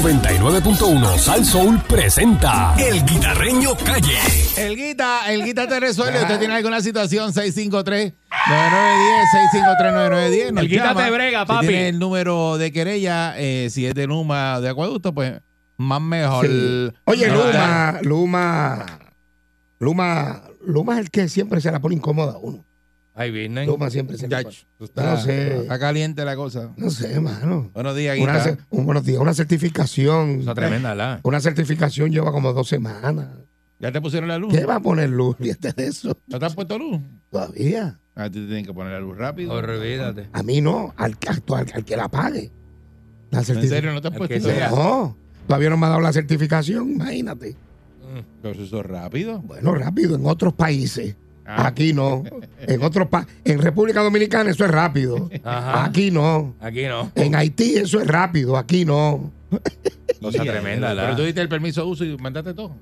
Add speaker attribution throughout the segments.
Speaker 1: 99.1 Sal Soul presenta El Guitarreño Calle.
Speaker 2: El Guita, el Guita te resuelve. Usted tiene alguna situación, 653-9910, 653-9910. nos
Speaker 3: El Guita
Speaker 2: llama.
Speaker 3: te brega,
Speaker 2: Si
Speaker 3: papi.
Speaker 2: tiene el número de querella, eh, si es de Luma o de Acueducto, pues más mejor.
Speaker 4: Sí. Oye,
Speaker 2: No, eh,
Speaker 4: Luma, Luma, Luma, Luma es el que siempre se la pone incómoda a uno.
Speaker 3: Ay, business.
Speaker 4: Luma siempre se la pone.
Speaker 2: Yach, tú
Speaker 4: Yo
Speaker 2: estás-
Speaker 4: No sé,
Speaker 2: Está caliente la cosa.
Speaker 4: no sé, mano.
Speaker 2: Buenos días,
Speaker 4: Una,
Speaker 2: Guita.
Speaker 4: cer- un- buenos días, una certificación.
Speaker 3: Está tremenda, ¿verdad?
Speaker 4: Una certificación lleva como dos semanas.
Speaker 2: ¿Ya te pusieron la luz?
Speaker 4: ¿Qué va a poner luz? Fíjate de eso.
Speaker 2: ¿No te han puesto luz?
Speaker 4: Todavía.
Speaker 2: A ti te tienen que poner la luz rápido.
Speaker 3: Olvídate.
Speaker 4: A mí no, al, que- al, al que la pague. La
Speaker 2: ¿En
Speaker 4: certificación.
Speaker 2: serio no te han
Speaker 3: Es
Speaker 2: puesto
Speaker 3: que sea.
Speaker 2: luz?
Speaker 4: No, todavía no me ha dado la certificación, imagínate.
Speaker 2: Pero eso es rápido.
Speaker 4: Bueno, rápido, en otros países.
Speaker 2: Ah.
Speaker 4: Aquí no. En otros pa- en República Dominicana eso es rápido.
Speaker 3: Ajá.
Speaker 4: Aquí no.
Speaker 3: Aquí no.
Speaker 4: En Haití eso es rápido, aquí no.
Speaker 3: Cosa tremenda, la-
Speaker 2: Ah, Pero tú diste el permiso de uso y mandaste todo.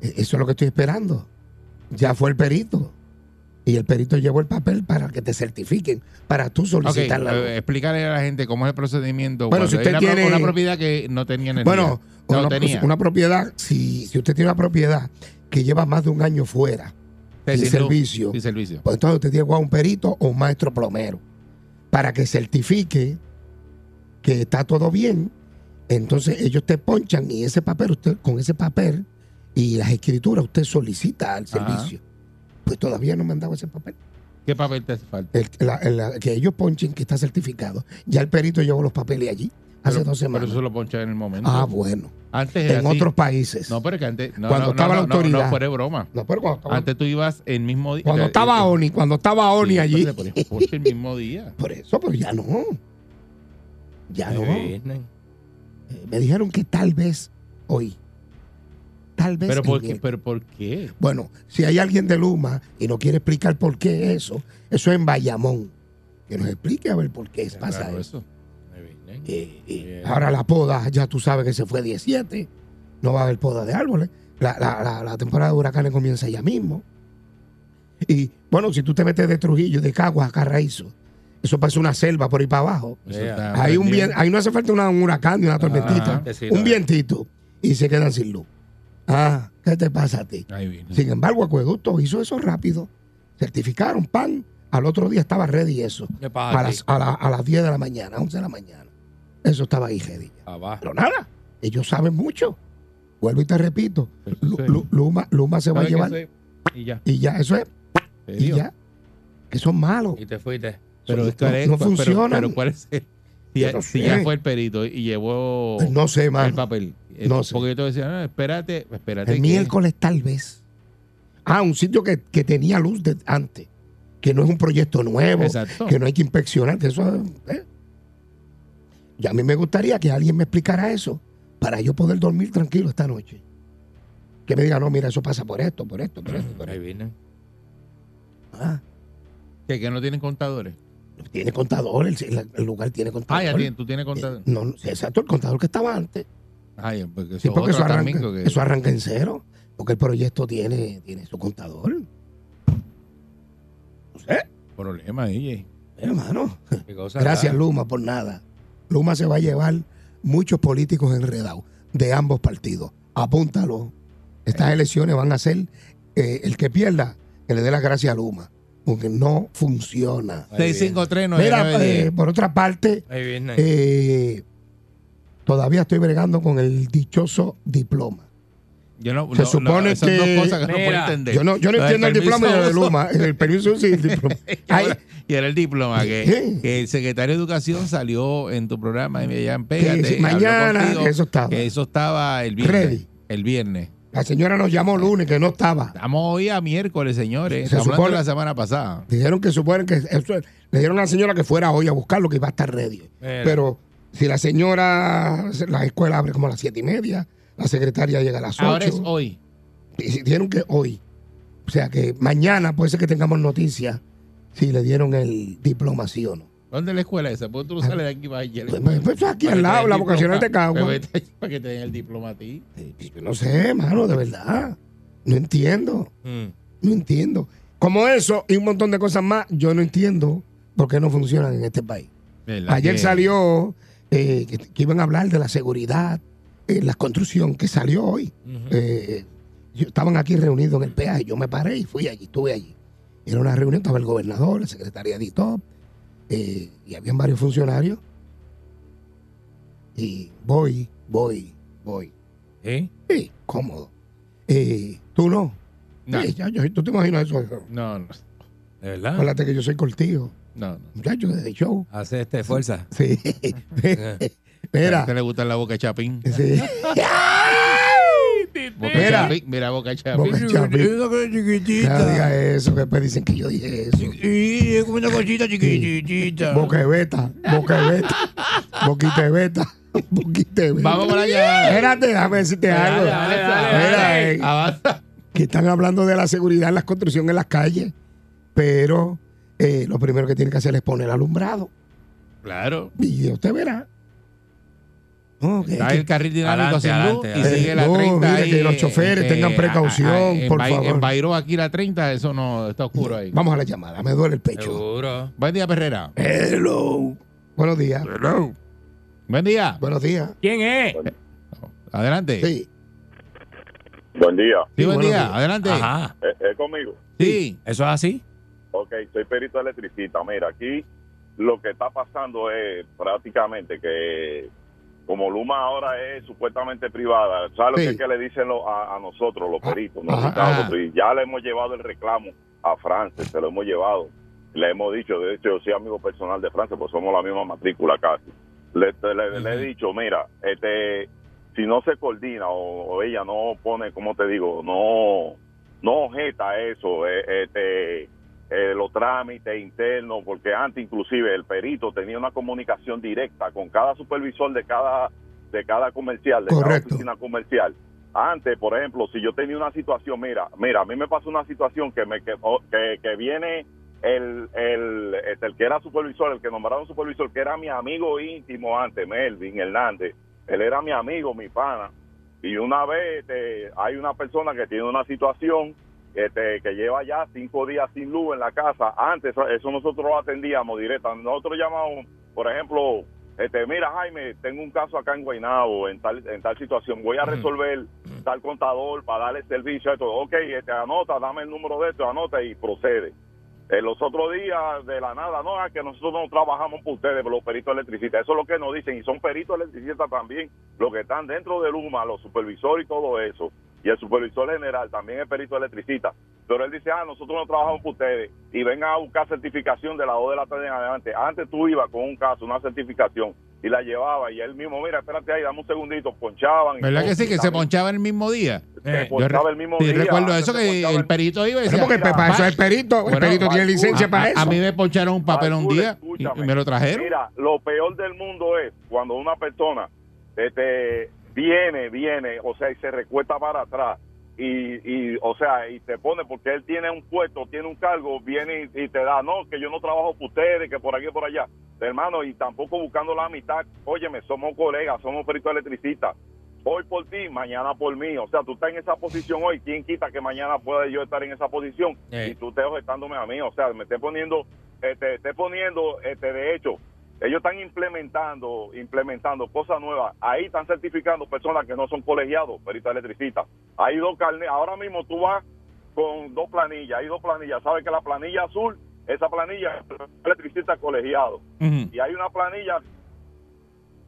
Speaker 4: E- Eso es lo que estoy esperando. Ya fue el perito. Y el perito llevó el papel para que te certifiquen, para tú
Speaker 2: Ok,
Speaker 4: solicitar la
Speaker 2: eh, explícale a la gente cómo es el procedimiento.
Speaker 4: pues. Bueno,
Speaker 2: cuando
Speaker 4: si
Speaker 2: hay
Speaker 4: usted
Speaker 2: una, pro-
Speaker 4: tiene-
Speaker 2: una propiedad que no tenía energía.
Speaker 4: Bueno,
Speaker 2: No
Speaker 4: una,
Speaker 2: tenía.
Speaker 4: una propiedad, si, si usted tiene una propiedad que lleva más de un año fuera,
Speaker 2: Sí,
Speaker 4: sin
Speaker 2: sin luz,
Speaker 4: servicio,
Speaker 2: sin servicio.
Speaker 4: pues entonces usted lleva a un perito o un maestro plomero para que certifique que está todo bien. Entonces ellos te ponchan y ese papel, usted con ese papel y las escrituras, usted solicita al
Speaker 2: Ajá.
Speaker 4: servicio. Pues todavía no me han dado ese papel.
Speaker 2: ¿Qué papel te hace falta?
Speaker 4: El- la- la- que ellos ponchen que está certificado. Ya el perito llevó los papeles allí hace
Speaker 2: Pero-
Speaker 4: dos semanas.
Speaker 2: Pero eso lo poncha en el momento.
Speaker 4: ah, bueno.
Speaker 2: Antes era
Speaker 4: En
Speaker 2: así.
Speaker 4: otros países.
Speaker 2: No, pero es que antes. No,
Speaker 4: Cuando
Speaker 2: no,
Speaker 4: estaba
Speaker 2: no,
Speaker 4: la
Speaker 2: no, no,
Speaker 4: autoridad.
Speaker 2: No, fuera de broma.
Speaker 4: No, pero cuando estaba,
Speaker 2: Antes tú ibas el mismo día.
Speaker 4: cuando
Speaker 2: eh, eh,
Speaker 4: estaba ONI, cuando estaba
Speaker 2: sí,
Speaker 4: ONI
Speaker 2: pero
Speaker 4: allí.
Speaker 2: se ponía ponche pues, el mismo día.
Speaker 4: Por eso, pero ya no. Ya
Speaker 3: Ay,
Speaker 4: no.
Speaker 3: business.
Speaker 4: Eh, Me dijeron que tal vez hoy. Tal vez.
Speaker 2: Pero
Speaker 4: el
Speaker 2: ¿por qué?
Speaker 4: miércoles.
Speaker 2: Pero ¿por qué?
Speaker 4: Bueno, si hay alguien de Luma y no quiere explicar por qué eso, eso es en Bayamón. Que nos explique a ver por qué
Speaker 2: Es
Speaker 4: pasa
Speaker 2: raro
Speaker 4: eso.
Speaker 2: eso.
Speaker 3: Ay, business.
Speaker 4: Eh, eh,
Speaker 3: Bien.
Speaker 4: ahora la poda, ya tú sabes que se fue 17. No va a haber poda de árboles. La, la- la- la temporada de huracanes comienza ya mismo. Y bueno, si tú te metes de Trujillo, de Caguas a Carraízo, eso parece una selva por ahí para abajo.
Speaker 2: Eso
Speaker 3: Yeah.
Speaker 2: está
Speaker 4: Ahí, un bien,
Speaker 2: prendido.
Speaker 4: ahí no hace falta una- un huracán ni una tormentita.
Speaker 3: Tecito,
Speaker 4: un
Speaker 3: eh.
Speaker 4: vientito. Y se quedan sin luz. Ah, ¿qué te pasa a ti?
Speaker 2: Ahí viene.
Speaker 4: Sin embargo, Acueducto hizo eso rápido. Certificaron, pan. Al otro día estaba ready eso.
Speaker 3: ¿Qué pasa
Speaker 4: A
Speaker 3: aquí?
Speaker 4: las, a, la- a las 10 de la mañana, 11 de la mañana. Eso estaba ahí ready.
Speaker 3: Abajo.
Speaker 4: Pero nada, ellos saben mucho. Vuelvo y te repito, Lu-
Speaker 2: Sí.
Speaker 4: Lu- Luma, Luma se va a
Speaker 2: ¿Sabes qué
Speaker 4: llevar
Speaker 2: sé? Y ya.
Speaker 4: y ya, eso es,
Speaker 2: te
Speaker 4: y
Speaker 2: digo.
Speaker 4: ya. Que son malos.
Speaker 3: Y te fuiste.
Speaker 2: Pero
Speaker 4: Son-
Speaker 2: es que Alex,
Speaker 4: no,
Speaker 2: pero-
Speaker 4: funciona.
Speaker 2: Pero, ¿cuál es el- Si, ya,
Speaker 4: Yo no
Speaker 2: si ya
Speaker 4: sé.
Speaker 2: fue el perito y llevó
Speaker 4: Pues No sé,
Speaker 2: el
Speaker 4: mano.
Speaker 2: papel. eh,
Speaker 4: no sé.
Speaker 2: Porque yo te decía, no, espérate, espérate.
Speaker 4: El
Speaker 2: que-
Speaker 4: miércoles tal vez. Ah, un sitio que, que tenía luz de antes, que no es un proyecto nuevo,
Speaker 2: Exacto.
Speaker 4: que no hay que inspeccionar, que eso eh. Y a mí me gustaría que alguien me explicara eso para yo poder dormir tranquilo esta noche. Que me diga, no, mira, eso pasa por esto, por esto, por esto, por
Speaker 3: Ay,
Speaker 4: esto.
Speaker 3: business.
Speaker 4: Ah,
Speaker 2: Que, que no tienen contadores.
Speaker 4: tiene contador, el, el lugar tiene contador.
Speaker 2: Ah, ya tienen, tú tienes contadores.
Speaker 4: Eh, No, no, exacto, el contador que estaba antes.
Speaker 2: Ah, ya, porque eso
Speaker 4: Sí,
Speaker 2: es
Speaker 4: porque eso
Speaker 2: otro
Speaker 4: arranca,
Speaker 2: también, que-
Speaker 4: eso arranca en cero. Porque el proyecto tiene, tiene su contador. No sé,
Speaker 2: Problema, DJ.
Speaker 4: hermano.
Speaker 3: Qué cosa
Speaker 4: Gracias,
Speaker 3: rara.
Speaker 4: Luma, por nada. Luma se va a llevar muchos políticos enredados de ambos partidos. Apúntalo. Estas elecciones van a ser eh, el que pierda, que le dé las gracias a Luma. Porque no funciona.
Speaker 3: Ay, business.
Speaker 2: 653
Speaker 4: Mira, eh, por otra parte,
Speaker 3: Ay, business.
Speaker 4: eh, todavía estoy bregando con el dichoso diploma.
Speaker 2: Yo no,
Speaker 4: se supone
Speaker 2: esas
Speaker 4: que-
Speaker 2: dos cosas que no
Speaker 3: Mira,
Speaker 2: puedo entender.
Speaker 4: Yo no, yo no
Speaker 2: Lo del
Speaker 4: entiendo el
Speaker 2: permiso
Speaker 4: diploma y el de
Speaker 2: uso.
Speaker 4: Luma. El permiso sí, el diploma.
Speaker 2: Y
Speaker 4: Ay,
Speaker 2: ahora- y era el diploma que,
Speaker 4: Sí.
Speaker 2: que el secretario de Educación salió en tu programa y me llaman, pégate.
Speaker 4: sí,
Speaker 2: habló
Speaker 4: mañana,
Speaker 2: contigo,
Speaker 4: eso estaba.
Speaker 2: Que eso estaba el viernes.
Speaker 4: Ready.
Speaker 2: El viernes.
Speaker 4: la señora nos llamó lunes que no estaba.
Speaker 2: Estamos hoy a miércoles, señores.
Speaker 4: Se
Speaker 2: Estamos hablando
Speaker 4: supone-
Speaker 2: de la semana pasada.
Speaker 4: Dijeron que suponen que eso- le dieron a la señora que fuera hoy a buscarlo, que iba a estar ready.
Speaker 3: Mira.
Speaker 4: Pero si la señora, la escuela abre como a las siete y media, la secretaria llega a las
Speaker 2: Ahora es
Speaker 4: ocho.
Speaker 2: hoy.
Speaker 4: Y Dijeron que hoy. O sea que mañana puede ser que tengamos noticias si le dieron el diploma, sí o no.
Speaker 2: ¿Dónde es la escuela esa? Porque tú no sales de aquí para allá.
Speaker 4: Ah. Pues, pues, pues, aquí al lado, la vocacional de Cagua.
Speaker 2: Pues,
Speaker 4: Eh, pues,
Speaker 2: Para que te den el diploma a ti.
Speaker 4: Yo no sé, mano, de verdad. No entiendo.
Speaker 3: Mm.
Speaker 4: No entiendo. Como eso y un montón de cosas más, yo no entiendo por qué no funcionan en este país.
Speaker 2: ¿Verdad
Speaker 4: Ayer
Speaker 2: que-
Speaker 4: salió eh, que, que iban a hablar de la seguridad, eh, la construcción que salió hoy.
Speaker 3: Mm.
Speaker 4: Eh, yo- estaban aquí reunidos en el peaje, yo me paré y fui allí, estuve allí. Era una reunión, estaba el gobernador, la secretaría de ITOP, eh, y habían varios funcionarios. Y voy, voy, voy.
Speaker 3: ¿Eh?
Speaker 4: Sí, cómodo. Eh, Tú no.
Speaker 3: No.
Speaker 4: Sí, ya, yo- ¿Tú te imaginas eso?
Speaker 3: No, no. ¿De verdad?
Speaker 4: Acuérdate que yo soy cortijo,
Speaker 3: No, no.
Speaker 4: muchacho, desde show.
Speaker 3: Hace este fuerza.
Speaker 4: Sí.
Speaker 2: ¿A
Speaker 4: Mira,
Speaker 2: usted le gusta la boca de chapín?
Speaker 4: sí. ¡Ah!
Speaker 2: Boca de
Speaker 4: Mira.
Speaker 2: chapín, Mira boca de chapín.
Speaker 4: Boca Chapín. No
Speaker 3: chiquitita.
Speaker 4: diga eso, que después dicen que yo dije eso.
Speaker 3: Y es como una cosita chiquitita.
Speaker 4: Boca de beta, boca de beta, boquita de beta, boquita de beta.
Speaker 2: Vamos por allá.
Speaker 4: Espérate, déjame decirte algo.
Speaker 3: dale, dale,
Speaker 4: Mira,
Speaker 3: dale.
Speaker 4: eh,
Speaker 2: Avanza.
Speaker 4: que están hablando de la seguridad en las construcciones en las calles, pero eh, lo primero que tienen que hacer es poner alumbrado.
Speaker 3: Claro.
Speaker 4: Y usted verá. No, que-
Speaker 2: Está el carril dinámico
Speaker 3: Adelante,
Speaker 2: sin luz
Speaker 3: adelante,
Speaker 2: y
Speaker 3: adelante.
Speaker 2: sigue la
Speaker 4: No,
Speaker 2: 30
Speaker 4: mire,
Speaker 2: ahí, eh,
Speaker 4: que los choferes tengan
Speaker 2: a- a-
Speaker 4: precaución,
Speaker 2: en
Speaker 4: por
Speaker 2: Bai-
Speaker 4: favor.
Speaker 2: En Bairro aquí la 30, eso no está oscuro ahí.
Speaker 4: Vamos a la llamada, me duele el pecho.
Speaker 3: Seguro.
Speaker 2: Buen día, Perrera.
Speaker 4: Hello. Buenos días.
Speaker 2: Buen día.
Speaker 4: Buenos días.
Speaker 3: ¿Quién es?
Speaker 2: Adelante. Sí,
Speaker 4: Sí.
Speaker 5: Buen día.
Speaker 2: buen
Speaker 4: buenos
Speaker 2: día.
Speaker 4: días.
Speaker 2: Adelante.
Speaker 3: Ajá.
Speaker 5: ¿Es, es conmigo?
Speaker 2: Sí.
Speaker 3: ¿Eso es así?
Speaker 5: Ok, soy perito electricista. Mira, aquí lo que está pasando es prácticamente que como Luma ahora es supuestamente privada, ¿sabes lo
Speaker 4: Sí. Ah,
Speaker 5: que es que le dicen lo- a, a nosotros, los peritos? ¿no?
Speaker 4: ajá,
Speaker 5: A
Speaker 2: ajá.
Speaker 5: nosotros. Y ya le hemos llevado el reclamo a Francia, se lo hemos llevado. Le hemos dicho, de hecho, yo soy amigo personal de Francia, pues somos la misma matrícula casi. Le, te- le- le he dicho, mira, este, si no se coordina o, o ella no pone, como te digo, no, no objeta eso, eh, este, eh, los trámites internos, porque antes inclusive el perito tenía una comunicación directa con cada supervisor de cada de cada comercial, de
Speaker 4: Correcto.
Speaker 5: cada oficina comercial. Antes, por ejemplo, si yo tenía una situación, mira, mira, a mí me pasó una situación que me que, o- que, que viene el, el, este, el que era supervisor, el que nombraron supervisor, que era mi amigo íntimo antes, Melvin Hernández. Él era mi amigo, mi pana. Y una vez este, hay una persona que tiene una situación este, que lleva ya cinco días sin luz en la casa. Antes eso- eso nosotros lo atendíamos directa. Nosotros llamamos, por ejemplo, este, mira Jaime, tengo un caso acá en Guaynabo, en tal, en tal situación, voy a resolver tal contador para darle servicio a esto. Ok, este, anota, dame el número de esto, anota y procede. Eh, los otros días, de la nada, no, es que nosotros no trabajamos por ustedes, por los peritos electricistas. Eso es lo que nos dicen, y son peritos electricistas también, los que están dentro de Luma, los supervisores y todo eso. Y el supervisor general también es perito electricista. Pero él dice, ah, nosotros no trabajamos por ustedes, y vengan a buscar certificación de las 2 de la tarde en adelante. Antes tú ibas con un caso, una certificación, y la llevaba, y él mismo, mira, espérate ahí, dame un segundito, ponchaban. y
Speaker 2: ¿Verdad
Speaker 5: todo,
Speaker 2: que sí?
Speaker 5: y
Speaker 2: Que se
Speaker 5: también
Speaker 2: ponchaba el mismo día.
Speaker 5: se
Speaker 3: Eh,
Speaker 2: Yo
Speaker 5: ponchaba
Speaker 2: re-
Speaker 5: el mismo
Speaker 2: sí,
Speaker 5: día.
Speaker 2: recuerdo
Speaker 5: Antes
Speaker 2: eso
Speaker 5: se
Speaker 2: que
Speaker 5: ponchaba
Speaker 2: el perito iba y
Speaker 4: Pero
Speaker 2: decía.
Speaker 4: porque para eso es perito.
Speaker 2: Bueno,
Speaker 4: el perito tiene licencia
Speaker 2: a-
Speaker 4: para
Speaker 2: a-
Speaker 4: eso.
Speaker 2: A mí me poncharon un papel un
Speaker 5: Arturo,
Speaker 2: día y- y,
Speaker 5: escúchame.
Speaker 2: me lo trajeron.
Speaker 5: Mira, lo peor del mundo es cuando una persona este, viene, viene, o sea, y se recuesta para atrás. Y, y, o sea, y te pone porque él tiene un puesto, tiene un cargo, viene y, y te da, no, que yo no trabajo por ustedes, que por aquí, por allá. Hermano, y tampoco buscando la amistad. Óyeme, somos colegas, somos peritos electricistas. Hoy por ti, mañana por mí. O sea, tú estás en esa posición hoy. ¿Quién quita que mañana pueda yo estar en esa posición?
Speaker 3: Eh.
Speaker 5: Y tú estés objetándome a mí. O sea, me estés poniendo, este, estés poniendo, este, de hecho, ellos están implementando, implementando cosas nuevas. Ahí están certificando personas que no son colegiados, peritos electricistas. Hay dos carnes. Ahora mismo tú vas con dos planillas. Hay dos planillas. Sabes que la planilla azul, esa planilla es electricista colegiado.
Speaker 2: Ujú.
Speaker 5: Y hay una planilla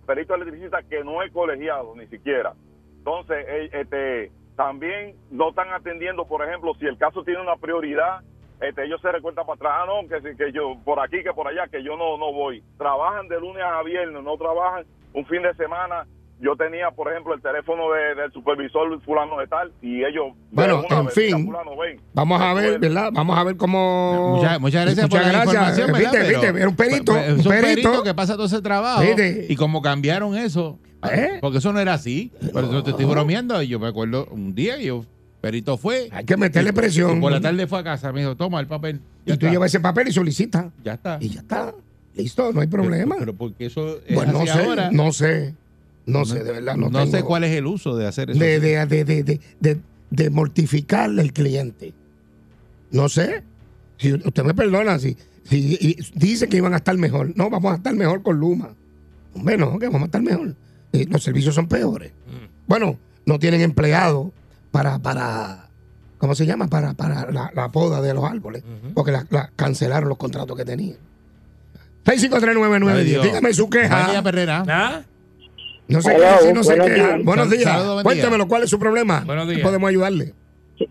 Speaker 5: perito electricista que no es colegiado ni siquiera. Entonces, eh, este, también no están atendiendo, por ejemplo, si el caso tiene una prioridad, este, ellos se recuerdan para atrás, ah, no, que, si- que yo por aquí, que por allá, que yo no, no voy. Trabajan de lunes a viernes, no trabajan un fin de semana. Yo tenía, por ejemplo, el teléfono de- del supervisor fulano de tal y ellos... de
Speaker 4: Bueno,
Speaker 5: una
Speaker 4: en
Speaker 5: vez, mira,
Speaker 4: fin.
Speaker 5: fulano, ven.
Speaker 4: Vamos a ver,
Speaker 5: Bueno.
Speaker 4: ¿verdad? Vamos a ver cómo.
Speaker 2: Muchas, muchas gracias por la información.
Speaker 4: Viste,
Speaker 2: ¿verdad? Pero-
Speaker 4: viste, era un perito.
Speaker 2: pues,
Speaker 4: un
Speaker 2: es un perito,
Speaker 4: perito.
Speaker 2: que pasa todo ese trabajo.
Speaker 4: Viste.
Speaker 2: Y como cambiaron eso,
Speaker 4: ¿Eh?
Speaker 2: porque eso no era así. Por eso te estoy
Speaker 4: No.
Speaker 2: bromeando. Y yo me acuerdo un día, yo, perito fue.
Speaker 4: Hay que meterle presión.
Speaker 2: Y por la tarde fue a casa, me dijo, toma el papel. Ya
Speaker 4: Y tú
Speaker 2: está.
Speaker 4: llevas ese papel y solicitas.
Speaker 2: Ya está.
Speaker 4: Y ya está. Listo, no hay problema.
Speaker 2: Pero, pero porque eso es
Speaker 4: Pues no
Speaker 2: así
Speaker 4: sé,
Speaker 2: ahora.
Speaker 4: no sé. No sé, de verdad. No,
Speaker 2: no sé
Speaker 4: tengo-
Speaker 2: cuál es el uso de hacer eso.
Speaker 4: De, de, de, de, de, de- de mortificarle al cliente. No sé. Si usted me perdona, si, si y- dice que iban a estar mejor. No, vamos a estar mejor con Luma. Hombre, no, que vamos a estar mejor. Eh, los servicios son peores. Bueno, no tienen empleado para, para ¿cómo se llama? Para, para la, la poda de los árboles, porque la, la- cancelaron los contratos que tenían. 6539910, dígame su
Speaker 6: Buen día,
Speaker 4: queja.
Speaker 6: Perrera.
Speaker 2: ¿Ah?
Speaker 4: No sé
Speaker 7: Hello,
Speaker 4: qué decir, no sé
Speaker 7: buenos
Speaker 4: queja.
Speaker 7: días.
Speaker 4: Buenos días.
Speaker 6: Saludos, buen día.
Speaker 4: Cuéntamelo, ¿cuál es su problema?
Speaker 2: Buenos
Speaker 4: ¿Qué
Speaker 2: días.
Speaker 4: Podemos ayudarle.
Speaker 7: Sí,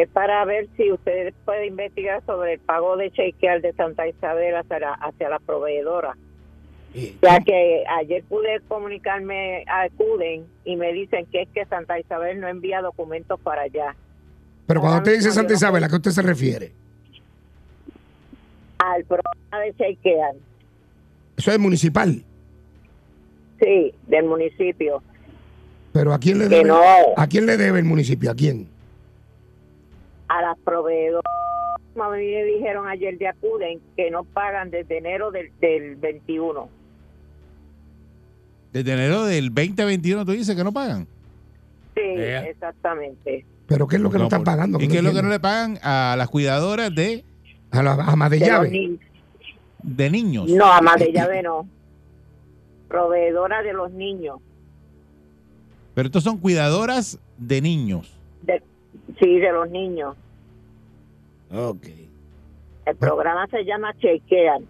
Speaker 7: es para ver si ustedes pueden investigar sobre el pago de chequear de Santa Isabel hacia la, hacia la proveedora. Ya que ayer pude comunicarme a CUDEN y me dicen que es que Santa Isabel no envía documentos para allá.
Speaker 4: Pero cuando
Speaker 7: Ahora
Speaker 4: usted dice
Speaker 7: mismo
Speaker 4: Santa
Speaker 7: yo no
Speaker 4: Isabel, ¿a qué usted se refiere?
Speaker 7: Al programa de chequear,
Speaker 4: Eso es municipal.
Speaker 7: sí, del municipio,
Speaker 4: Pero ah. ¿a quién le
Speaker 7: que
Speaker 4: debe?
Speaker 7: no
Speaker 4: ¿A quién le debe el municipio? ¿A quién?
Speaker 7: a las proveedoras. A mí me dijeron ayer de acuden que no pagan desde enero del, del 21.
Speaker 6: Desde enero del 2021 tú dices que no pagan.
Speaker 7: Sí,
Speaker 2: Vea.
Speaker 7: exactamente.
Speaker 4: ¿Pero qué es lo que no, están
Speaker 6: por-
Speaker 4: pagando?
Speaker 6: ¿Y qué es lo que no
Speaker 4: entiendo?
Speaker 6: le pagan a las cuidadoras de,
Speaker 4: A la a más de
Speaker 7: De los
Speaker 4: llave.
Speaker 7: niños.
Speaker 6: de niños?
Speaker 7: No, ama de llave no. Proveedora de los niños.
Speaker 6: Pero estos son cuidadoras de niños.
Speaker 7: De, sí, de los niños.
Speaker 4: Ok.
Speaker 7: El programa se llama Chequean.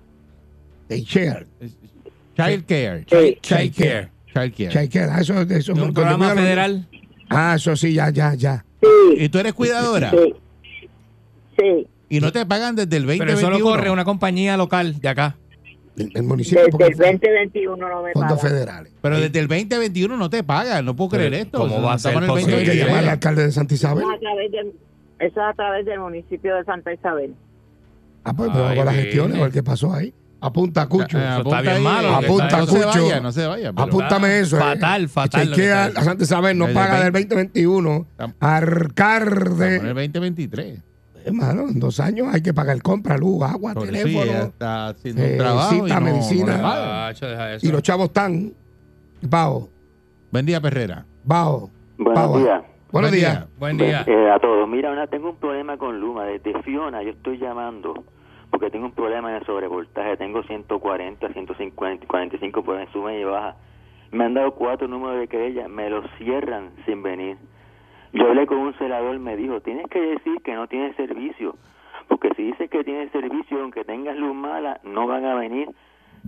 Speaker 4: Hey, share.
Speaker 6: Child care.
Speaker 7: Sí.
Speaker 2: Child care.
Speaker 6: Child care.
Speaker 4: Share, care. Ah, Eso, eso,
Speaker 2: De un programa federal.
Speaker 4: Ah, eso sí, ya, ya, ya.
Speaker 7: Sí,
Speaker 6: Y tú eres cuidadora
Speaker 8: Eh,
Speaker 7: sí. Sí,
Speaker 6: y no te pagan desde el 2021.
Speaker 2: Pero eso lo corre una compañía local de acá.
Speaker 4: El, el municipio.
Speaker 7: desde
Speaker 4: porque
Speaker 7: el 2021 no me
Speaker 4: Fondos
Speaker 7: pagan.
Speaker 4: federales.
Speaker 6: Pero desde el 2021 no te pagan. No puedo
Speaker 2: Pero,
Speaker 6: creer esto.
Speaker 2: ¿cómo va a ser
Speaker 6: Estamos en el Ah,
Speaker 2: posible?
Speaker 4: Hay que
Speaker 6: 2023.
Speaker 4: llamar al alcalde de Santa
Speaker 7: Eso
Speaker 4: Isabel.
Speaker 7: es a través del- eso es a través del municipio de Santa Isabel.
Speaker 4: Ah, pues, pero
Speaker 2: Ay,
Speaker 4: con las
Speaker 2: bien.
Speaker 4: gestiones, a ver qué pasó ahí. Apunta, Cucho.
Speaker 6: Ah, apunta
Speaker 2: bien
Speaker 6: ahí,
Speaker 2: malo,
Speaker 6: que
Speaker 4: apunta,
Speaker 6: está- no se
Speaker 4: Cucho.
Speaker 6: vaya, no se vaya. pero-
Speaker 4: Apúntame eso. eh.
Speaker 2: Fatal, fatal lo que
Speaker 4: Chequea,
Speaker 2: está
Speaker 4: a Santa Isabel no
Speaker 6: Desde
Speaker 4: paga
Speaker 6: el
Speaker 4: del 2021.
Speaker 6: Tam- Estamos en el
Speaker 4: Arcarde.
Speaker 6: 2023.
Speaker 4: Hermano, en dos años hay que pagar compra, luz, agua,
Speaker 6: Porque sí,
Speaker 4: Ah, teléfono.
Speaker 6: ella está haciendo
Speaker 4: eh,
Speaker 6: un trabajo y
Speaker 4: cita,
Speaker 6: no- no le
Speaker 4: medicina.
Speaker 6: pagan.
Speaker 2: Chacho, deja eso.
Speaker 4: y los chavos están. Bajo,
Speaker 6: Buen día, Perrera.
Speaker 4: bajo.
Speaker 3: Buenos
Speaker 4: Paola.
Speaker 3: días
Speaker 4: Buenos
Speaker 6: Buen
Speaker 4: días.
Speaker 6: día.
Speaker 2: Buen día.
Speaker 3: eh, a todos. Mira, una, tengo un problema con Luma. Desde Fiona yo estoy llamando porque tengo un problema de sobrevoltaje. Tengo 140, 150, 45 por en suma y baja. Me han dado cuatro números de querella, me los cierran sin venir. Yo hablé con un celador, me dijo, tienes que decir que no tienes servicio, porque si dices que tienes servicio, aunque tengas luz mala, no van a venir.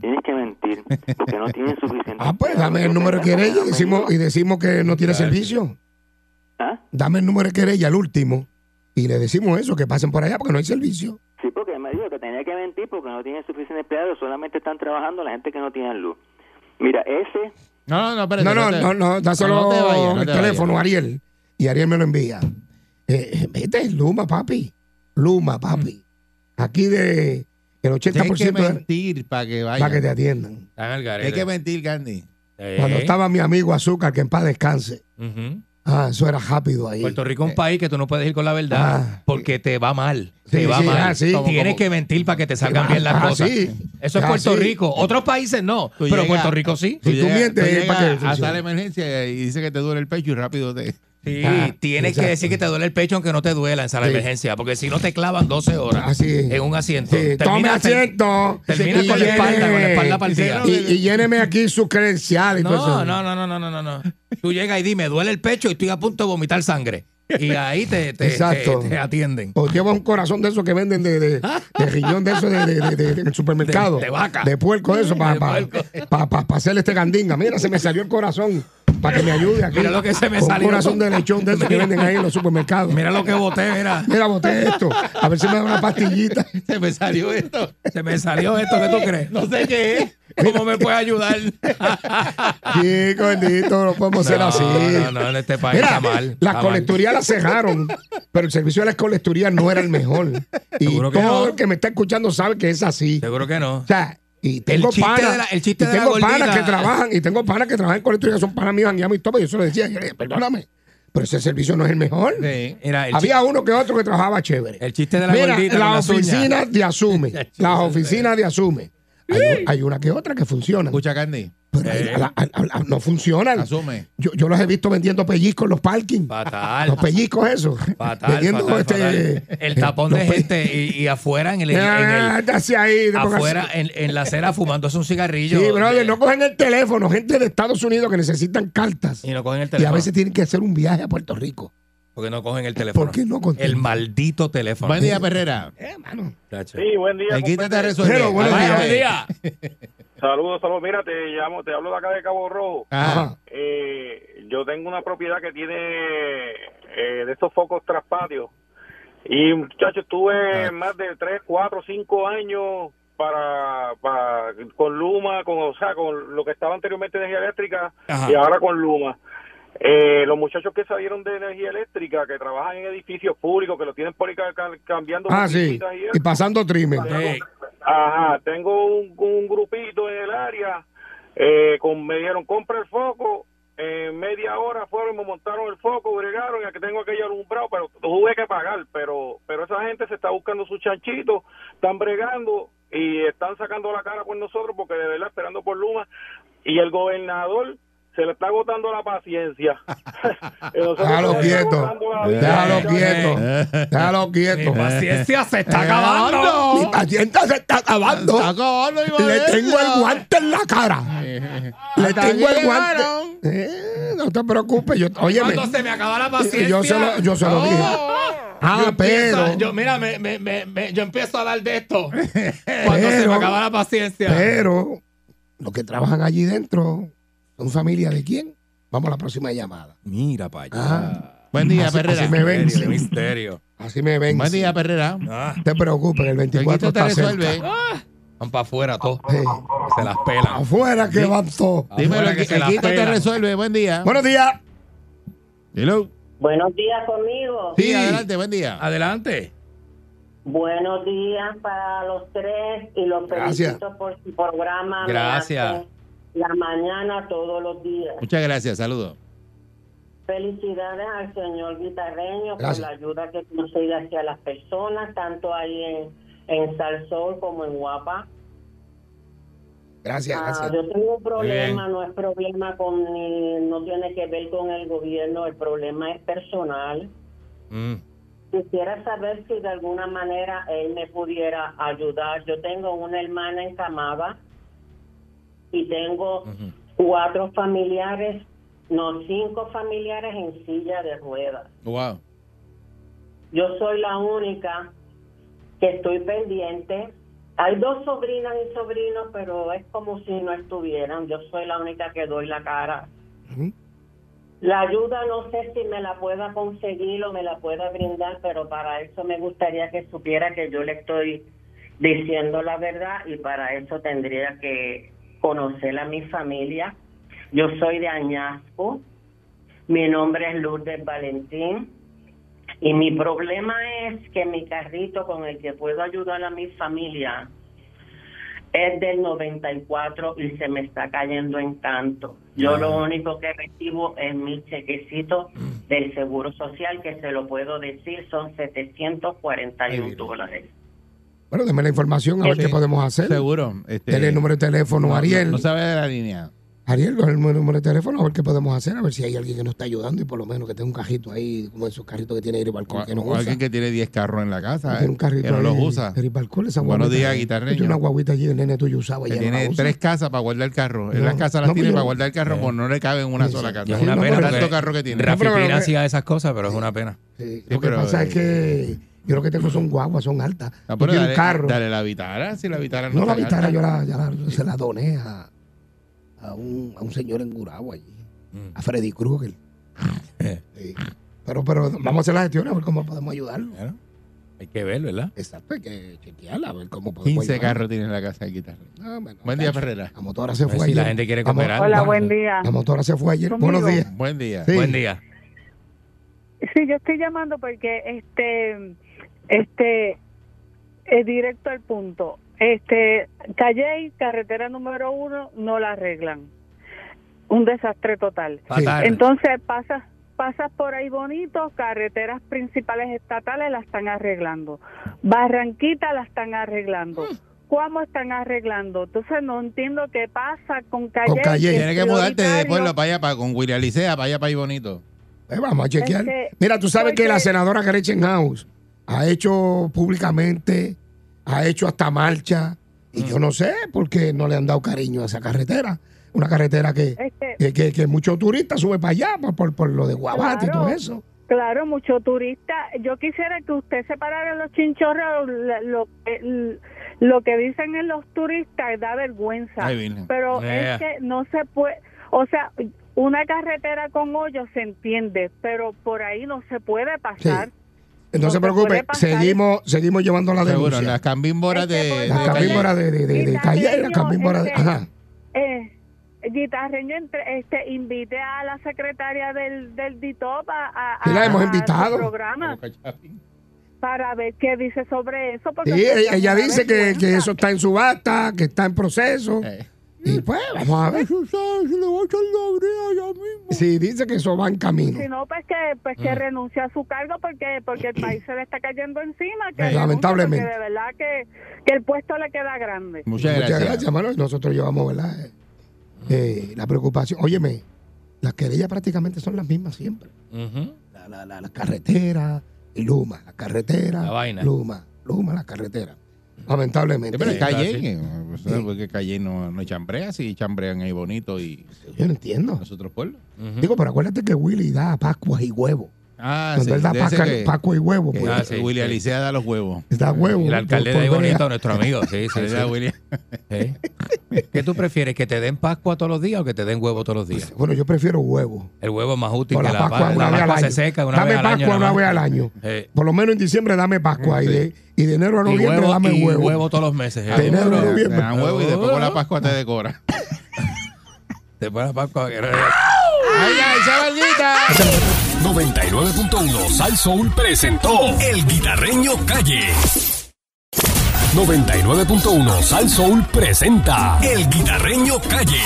Speaker 3: Tienes que mentir, porque no tienes suficiente.
Speaker 4: Ah, pues dame el número de querella y decimos, y decimos que no tiene
Speaker 2: Chacho.
Speaker 4: servicio.
Speaker 3: ¿Ah?
Speaker 4: Dame el número de querella, el último. Y le decimos eso, que pasen por allá porque no hay servicio.
Speaker 3: Sí, porque él me dijo que tenía que mentir porque no tienen suficiente empleado, solamente están trabajando la gente que no tiene luz. Mira, ese,
Speaker 6: No, no, no, espérate,
Speaker 4: No, no,
Speaker 6: te-
Speaker 4: no, no, dáselo
Speaker 6: No te vayas, no
Speaker 4: el
Speaker 6: te vayas.
Speaker 4: teléfono, Ariel. Y Ariel me lo envía. Eh, eh, vete, Luma, papi. Luma, papi. Aquí de el
Speaker 6: Tienes
Speaker 4: 80%
Speaker 6: que
Speaker 4: de-
Speaker 6: mentir para que vaya.
Speaker 4: para que te atiendan.
Speaker 2: Están al garete.
Speaker 6: Hay que mentir, Candy.
Speaker 2: Eh,
Speaker 4: Cuando estaba mi amigo Azúcar, que en paz descanse.
Speaker 2: ujú.
Speaker 4: Ah, eso era rápido ahí.
Speaker 2: Puerto Rico es un país que tú no puedes ir con la verdad
Speaker 4: Ah.
Speaker 2: porque te va mal.
Speaker 4: Sí,
Speaker 2: te va
Speaker 4: sí,
Speaker 2: mal.
Speaker 4: ah, sí.
Speaker 2: Tienes que mentir para que te salgan bien las
Speaker 4: Ah,
Speaker 2: cosas.
Speaker 4: sí.
Speaker 2: Eso es
Speaker 4: Ah,
Speaker 2: Puerto
Speaker 4: sí.
Speaker 2: Rico. Otros países no, pero
Speaker 6: llegas-
Speaker 2: Puerto Rico sí.
Speaker 4: Si tú
Speaker 6: llegas-
Speaker 4: mientes, es
Speaker 6: llegas
Speaker 4: para que
Speaker 6: hasta
Speaker 4: funcione.
Speaker 6: la emergencia y dice que te duele el pecho y rápido te.
Speaker 2: Sí,
Speaker 4: Ah,
Speaker 2: tienes
Speaker 4: exacto.
Speaker 2: que decir que te duele el pecho aunque no te duela en sala de
Speaker 4: Sí.
Speaker 2: emergencia, porque si no te clavan 12 horas
Speaker 4: Así es.
Speaker 2: en un asiento.
Speaker 4: Sí, tome
Speaker 2: Terminas-
Speaker 4: asiento.
Speaker 2: termina
Speaker 4: Y
Speaker 2: con la espalda, con la espalda partida.
Speaker 4: Y, y lléneme aquí sus credenciales. y todo
Speaker 2: No,
Speaker 4: eso.
Speaker 2: no, no, no, no, no, no, no. Tú llegas y di, me duele el pecho y estoy a punto de vomitar sangre. Y ahí te, te-
Speaker 4: Exacto.
Speaker 2: te- te atienden.
Speaker 4: O lleva un corazón de esos que venden de, de, de riñón de esos de, de, de- de- del supermercado.
Speaker 2: De- de vaca.
Speaker 4: De puerco de eso para
Speaker 2: De puerco.
Speaker 4: hacerle este candinga. Mira, se me salió el corazón para que me ayude aquí.
Speaker 2: Mira lo que se me
Speaker 4: Con
Speaker 2: salió.
Speaker 4: Un corazón de lechón de esos que venden ahí en los supermercados.
Speaker 2: Mira lo que boté, mira.
Speaker 4: Mira, boté esto. A ver si me da una pastillita.
Speaker 6: Se me salió esto.
Speaker 2: Se me salió esto, ¿qué tú crees? No sé qué es. ¿Cómo me puede ayudar?
Speaker 4: Chico, bendito, no podemos ser así.
Speaker 2: Ah. No, no, no, en este país
Speaker 4: Mira,
Speaker 2: está mal.
Speaker 4: las
Speaker 2: está mal.
Speaker 4: colecturías las cerraron, pero el servicio de las colecturías no era el mejor. Y
Speaker 2: Seguro
Speaker 4: todo
Speaker 2: que no.
Speaker 4: el que me está escuchando sabe que es así.
Speaker 2: Seguro que no.
Speaker 4: O sea, y tengo
Speaker 2: chiste
Speaker 4: panas,
Speaker 2: de la- el chiste
Speaker 4: y
Speaker 2: de la
Speaker 4: tengo
Speaker 2: gordita.
Speaker 4: panas que trabajan, y tengo panas que trabajan en colecturías, son panas míos, Anguiamo y todo, y yo se lo decía, yo le dije, perdóname, pero ese servicio no es el mejor.
Speaker 6: Sí.
Speaker 2: Mira, el, chi-
Speaker 4: Había uno que otro que trabajaba chévere.
Speaker 2: el chiste de la
Speaker 4: Mira,
Speaker 2: gordita. con
Speaker 4: las
Speaker 2: las uñas.
Speaker 4: oficinas de Asume.
Speaker 2: Ya, chico,
Speaker 4: las
Speaker 2: eso es
Speaker 4: oficinas de Asume. Hay, hay una que otra que funciona.
Speaker 3: Escucha, Candy,
Speaker 4: Pero hay-
Speaker 2: Eh.
Speaker 4: a la- a- a- a- no funcionan.
Speaker 3: asume.
Speaker 4: Yo, yo los he visto vendiendo pellizcos en los parkings.
Speaker 2: Fatal.
Speaker 4: Los pellizcos, eso.
Speaker 2: Fatal,
Speaker 4: vendiendo
Speaker 2: fatal,
Speaker 4: este,
Speaker 2: fatal. El tapón
Speaker 4: los
Speaker 2: de
Speaker 4: pe-
Speaker 2: gente y, y afuera en el, en
Speaker 4: Ah,
Speaker 2: el-
Speaker 4: hacia ahí, no pongas-
Speaker 2: afuera en, en la acera fumándose un cigarrillo.
Speaker 4: Sí, brother,
Speaker 2: De-
Speaker 4: no cogen el teléfono. Gente de Estados Unidos que necesitan cartas.
Speaker 2: Y no cogen
Speaker 4: Y
Speaker 2: el
Speaker 4: a
Speaker 2: teléfono.
Speaker 4: veces tienen que hacer un viaje a Puerto Rico.
Speaker 2: Porque no cogen el teléfono.
Speaker 4: ¿Por qué no
Speaker 2: El
Speaker 4: contestan?
Speaker 2: maldito teléfono.
Speaker 3: Buen día, Perrera.
Speaker 4: Eh, mano.
Speaker 2: Chacho.
Speaker 9: Sí, buen día.
Speaker 3: El guita te
Speaker 9: compadre.
Speaker 3: resuelve.
Speaker 4: Pero, buenos
Speaker 3: Vaya,
Speaker 4: días.
Speaker 3: buen día.
Speaker 9: Saludos, saludos. Mira, te llamo, te hablo de acá de Cabo Rojo.
Speaker 3: Ajá.
Speaker 9: Eh, yo tengo una propiedad que tiene eh, de estos focos traspatios. Y muchachos,
Speaker 4: Ah.
Speaker 9: estuve más de 3, 4, 5 años para, para- con Luma, con, o sea, con lo que estaba anteriormente energía eléctrica
Speaker 2: Ajá.
Speaker 9: y ahora con Luma. Eh, los muchachos que salieron de energía eléctrica, que trabajan en edificios públicos, que lo tienen por ahí ca- ca- cambiando
Speaker 4: Ah, sí.
Speaker 9: boquitas y eso.
Speaker 4: Y pasando trimmer.
Speaker 2: Ey,
Speaker 9: Ajá, tengo un, un grupito en el área, eh, con, me dieron compra el foco, en media hora fueron, y me montaron el foco, bregaron, ya que tengo aquello alumbrado, pero tuve que pagar, pero, pero esa gente se está buscando su chanchito, están bregando y están sacando la cara por nosotros porque de verdad esperando por Luma y el gobernador se le está agotando la paciencia.
Speaker 4: Déjalo
Speaker 5: Eh,
Speaker 4: quieto. Déjalo quieto. Déjalo
Speaker 2: Mi
Speaker 4: quieto.
Speaker 2: paciencia se está
Speaker 3: Eh,
Speaker 2: acabando.
Speaker 4: Mi paciente se está acabando.
Speaker 3: Está acabando,
Speaker 4: Le
Speaker 3: Ibarreira.
Speaker 4: tengo el guante en la cara. Le
Speaker 3: Hasta
Speaker 4: tengo
Speaker 3: aquí
Speaker 4: el guante.
Speaker 3: llegaron.
Speaker 4: Eh, no te preocupes. Yo, óyeme,
Speaker 2: Cuando se me acaba la paciencia.
Speaker 4: yo se lo, yo se lo
Speaker 2: No.
Speaker 4: dije. Ah,
Speaker 2: Yo empiezo-
Speaker 4: pero,
Speaker 2: Oh, yo, mira, me, me- me- me- yo empiezo a hablar de esto. Cuando se
Speaker 4: Pero-
Speaker 2: me acaba la paciencia.
Speaker 4: pero los que trabajan allí dentro son familia de quién? Vamos a la próxima llamada.
Speaker 2: Mira para allá.
Speaker 4: Ah.
Speaker 3: Buen día,
Speaker 4: Así-
Speaker 3: Perrera.
Speaker 4: así me ven.
Speaker 2: Misterio, misterio.
Speaker 4: Así me ven.
Speaker 3: Buen día, Perrera.
Speaker 2: Ah,
Speaker 4: No te preocupes, el
Speaker 3: El
Speaker 4: 24
Speaker 3: guita te
Speaker 4: está
Speaker 3: resuelve.
Speaker 4: cerca.
Speaker 2: van para afuera todos.
Speaker 4: Sí.
Speaker 2: Se las pelan.
Speaker 4: Afuera que van todos.
Speaker 3: Dímelo,
Speaker 2: Afuera
Speaker 3: el
Speaker 2: que se las
Speaker 4: este
Speaker 3: guita te
Speaker 2: pelan.
Speaker 3: resuelve. Buen día.
Speaker 4: Buenos días.
Speaker 3: Hello.
Speaker 7: Buenos días conmigo.
Speaker 3: Sí, Ah. adelante, buen día.
Speaker 2: Adelante.
Speaker 7: Buenos días para los tres y los
Speaker 4: Gracias.
Speaker 7: felicito por su programa. Me
Speaker 2: Gracias.
Speaker 7: hacen La mañana todos los días.
Speaker 3: Muchas gracias, saludos.
Speaker 7: Felicidades al señor Guitarreño por
Speaker 4: Gracias.
Speaker 7: la ayuda que consigue hacia las personas, tanto ahí en, en Salsol como en Guapa.
Speaker 4: Gracias,
Speaker 7: Ah,
Speaker 4: gracias.
Speaker 7: yo tengo un problema,
Speaker 2: bien.
Speaker 7: no es problema con, ni- no tiene que ver con el gobierno, el problema es personal.
Speaker 2: Mm.
Speaker 7: Quisiera saber si de alguna manera él me pudiera ayudar. Yo tengo una hermana encamada y tengo
Speaker 2: Ujú.
Speaker 7: cuatro familiares, no, cinco familiares en silla de ruedas.
Speaker 3: Wow.
Speaker 7: Yo soy la única que estoy pendiente. Hay dos sobrinas y sobrinos, pero es como si no estuvieran. Yo soy la única que doy la cara.
Speaker 4: Ujú.
Speaker 7: La ayuda no sé si me la pueda conseguir o me la pueda brindar, pero para eso me gustaría que supiera que yo le estoy diciendo la verdad y para eso tendría que conocer a mi familia. Yo soy de Añasco, mi nombre es Lourdes Valentín. Y mi problema es que mi carrito con el que puedo ayudar a mi familia es del 94 y se me está cayendo en tanto. Yo lo único que recibo es mi chequecito del Seguro Social, que se lo puedo decir, son 741 dólares.
Speaker 4: Bueno, deme la información a ver
Speaker 3: Sí.
Speaker 4: qué podemos hacer.
Speaker 3: Seguro. Este,
Speaker 4: Dele el número de teléfono a Ariel.
Speaker 3: No, sabe de la línea.
Speaker 4: Ariel, con el número de teléfono, a ver qué podemos hacer, a ver si hay alguien que nos está ayudando y por lo menos que tenga un cajito ahí, como esos carritos que tiene Eri
Speaker 3: O,
Speaker 4: Balcón, que no
Speaker 3: o
Speaker 4: usa.
Speaker 3: alguien que tiene 10 carros en la casa. eh,
Speaker 4: tiene un carrito
Speaker 3: que no
Speaker 4: ahí,
Speaker 3: los usa.
Speaker 4: Eri Balcón, esa
Speaker 3: Buenos
Speaker 4: guaguita
Speaker 3: días,
Speaker 4: ahí.
Speaker 3: guitarreño.
Speaker 4: Tiene una guaguita allí, el nene tuyo usaba.
Speaker 3: Que
Speaker 4: y ella no
Speaker 3: tiene
Speaker 4: la usa.
Speaker 3: tres casas para guardar el carro. En
Speaker 4: No,
Speaker 3: las casas las
Speaker 4: no,
Speaker 3: tiene
Speaker 4: pero-
Speaker 3: para guardar el carro, pues no le cabe en una
Speaker 4: Sí,
Speaker 3: sola
Speaker 4: sí,
Speaker 3: casa.
Speaker 4: ya
Speaker 2: es una
Speaker 4: no,
Speaker 2: pena.
Speaker 4: pero-
Speaker 3: tanto
Speaker 2: porque
Speaker 3: carro que tiene.
Speaker 2: Rafi
Speaker 4: No, pero-
Speaker 2: Pina hacía esas cosas, pero es una pena.
Speaker 4: Sí,
Speaker 3: Sí,
Speaker 4: lo que
Speaker 3: pero,
Speaker 4: pasa
Speaker 3: eh,
Speaker 4: es que yo lo que tengo son guaguas, son altas.
Speaker 3: Ah,
Speaker 4: Yo
Speaker 3: pero
Speaker 4: quiero
Speaker 3: dale,
Speaker 4: un carro.
Speaker 3: dale la vitara, si la vitara no,
Speaker 4: no la
Speaker 3: está
Speaker 4: vitara,
Speaker 3: gasta.
Speaker 4: yo,
Speaker 2: Pues,
Speaker 4: la, ya la- yo se la doné a, a un, a un señor en Gurabo allí,
Speaker 2: Mm.
Speaker 4: a Freddy Krueger.
Speaker 2: Eh,
Speaker 4: Sí. Pero, pero vamos a hacer la gestión a ver cómo podemos ayudarlo.
Speaker 2: bueno, hay que ver, ¿verdad?
Speaker 4: Exacto, hay que chequearla, a ver cómo
Speaker 2: pues,
Speaker 4: podemos
Speaker 3: 15
Speaker 4: ayudarlo.
Speaker 3: carros tiene en la casa de guitarra.
Speaker 4: Ah, bueno,
Speaker 3: Buen día,
Speaker 4: tacho.
Speaker 3: Ferrera.
Speaker 4: La motora se
Speaker 2: A ver
Speaker 4: fue
Speaker 2: si
Speaker 4: ayer.
Speaker 2: la gente quiere
Speaker 4: La mo-
Speaker 2: comer algo.
Speaker 8: Hola, buen día.
Speaker 4: La motora se fue ayer.
Speaker 8: ¿Conmigo?
Speaker 4: Buenos días.
Speaker 3: Buen día.
Speaker 4: Sí.
Speaker 2: Buen día.
Speaker 8: Sí, yo estoy llamando porque este, este, eh, directo al punto. Este, calle y carretera número uno no la arreglan. Un desastre total.
Speaker 2: Fatal.
Speaker 8: Entonces pasas, pasas por ahí bonito, carreteras
Speaker 4: Mm.
Speaker 8: principales estatales la están arreglando. Barranquita la están arreglando. Cuamo están arreglando. Entonces no entiendo qué pasa con Calle.
Speaker 4: Con Calle.
Speaker 8: es
Speaker 2: Tienes que mudarte de
Speaker 8: prioritario.
Speaker 2: pueblo para allá, para, con William Licea, para allá, para ahí bonito.
Speaker 4: Eh, vamos a chequear.
Speaker 8: Este,
Speaker 4: Mira, tú sabes que la
Speaker 8: porque-
Speaker 4: senadora Gretchen House ha hecho públicamente, ha hecho hasta marcha, y yo no sé por qué no le han dado cariño a esa carretera. Una carretera que,
Speaker 8: Es que,
Speaker 4: que, que- que muchos turistas suben para allá por, por- por lo de
Speaker 8: Claro.
Speaker 4: Guabate y todo eso.
Speaker 8: claro, mucho turista. Yo quisiera que usted separara los chinchorros. la- Lo, que- lo que dicen en los turistas da vergüenza.
Speaker 2: Ay, Virgen.
Speaker 8: Pero
Speaker 3: Eh.
Speaker 8: es que no se puede. O sea, una carretera con hoyos se entiende, pero por ahí no se puede pasar.
Speaker 4: Sí. No
Speaker 8: No
Speaker 4: se
Speaker 8: te puede
Speaker 4: preocupe,
Speaker 8: pasar.
Speaker 4: seguimos, seguimos llevando la
Speaker 2: Seguro,
Speaker 4: denuncia.
Speaker 2: las cambimboras
Speaker 8: Este,
Speaker 2: de,
Speaker 8: pues,
Speaker 2: de
Speaker 4: Las
Speaker 8: Calle.
Speaker 4: cambíboras de, de, de, de
Speaker 8: Y
Speaker 4: Calle, las
Speaker 8: Carreño,
Speaker 4: cambíboras de-
Speaker 8: este,
Speaker 4: Ajá.
Speaker 8: Eh, Guitarreño entre, este, invite a la secretaria del, del DITOP a, a,
Speaker 4: Sí, la
Speaker 8: a-
Speaker 4: hemos
Speaker 8: a
Speaker 4: invitado.
Speaker 8: su programa para ver qué dice sobre eso. Porque
Speaker 4: Sí,
Speaker 8: eso es
Speaker 4: ella, ella
Speaker 8: una
Speaker 4: dice que, que
Speaker 8: vergüenza.
Speaker 4: eso está en subasta, que está en proceso.
Speaker 2: Eh.
Speaker 4: Y pues, vamos a ver. Sí, dice que eso va en camino.
Speaker 8: Si no, pues que, pues
Speaker 4: Mm.
Speaker 8: que renuncie a su cargo porque porque el país se le está cayendo encima. Que
Speaker 4: Eh,
Speaker 8: renuncie
Speaker 4: lamentablemente.
Speaker 8: Porque de verdad que, que el puesto le queda grande.
Speaker 2: Muchas gracias.
Speaker 4: Muchas gracias, hermano. Y Nosotros llevamos, ¿verdad? Eh, eh, la preocupación. Óyeme, las querellas prácticamente son las mismas siempre.
Speaker 3: Ujú.
Speaker 4: La, la, la, la carretera y Luma. La carretera,
Speaker 3: La vaina.
Speaker 4: Luma. Luma, la carretera. Lamentablemente.
Speaker 2: Sí, pero es
Speaker 4: Eh,
Speaker 2: Cayenne, eh, o sea,
Speaker 4: Sí.
Speaker 2: porque Cayenne no, no chambrea, sí chambrean ahí bonito y
Speaker 4: Yo no entiendo.
Speaker 2: nosotros pueblos.
Speaker 3: Ujú.
Speaker 4: Digo, pero acuérdate que Willy da pascuas y huevos.
Speaker 2: Ah,
Speaker 4: Cuando él da
Speaker 2: de ese
Speaker 4: pasca-
Speaker 2: que-
Speaker 4: pascua y huevos,
Speaker 2: que
Speaker 4: pues,
Speaker 3: Ah, sí, sí.
Speaker 2: Willy Alicea da los huevos.
Speaker 4: da huevos.
Speaker 3: El alcalde
Speaker 4: por-
Speaker 3: de ahí
Speaker 4: por
Speaker 3: bonito,
Speaker 4: brea.
Speaker 3: nuestro amigo. Sí, sí,
Speaker 2: Le
Speaker 3: sí.
Speaker 2: da Willy-
Speaker 3: Sí. ¿Qué tú prefieres? ¿Que te den Pascua todos los días o que te den huevo todos los días?
Speaker 4: Bueno, yo prefiero huevos.
Speaker 3: El huevo es más útil
Speaker 4: Por
Speaker 3: que
Speaker 4: la Pascua,
Speaker 3: pa-
Speaker 4: una
Speaker 3: la
Speaker 4: vez al
Speaker 3: Pascua
Speaker 4: año.
Speaker 3: se seca una
Speaker 4: dame
Speaker 3: vez al
Speaker 4: Pascua
Speaker 3: año.
Speaker 4: una
Speaker 3: nada más.
Speaker 4: vez al año.
Speaker 3: Eh,
Speaker 4: Por lo menos en diciembre dame Pascua y, de, y de enero a
Speaker 3: y
Speaker 4: noviembre
Speaker 3: huevo,
Speaker 4: dame
Speaker 3: y
Speaker 4: huevo.
Speaker 3: huevo todos los meses. eh.
Speaker 4: De enero a
Speaker 2: Te
Speaker 4: noviembre.
Speaker 2: dan huevo y después con la Pascua te decora.
Speaker 3: Después de la Pascua. que no-
Speaker 2: ¡Ay, ay, chavalita!
Speaker 1: 99.1 Sal Soul presentó El Guitarreño Calle. 99.1 Sal Soul presenta El Guitarreño Calle.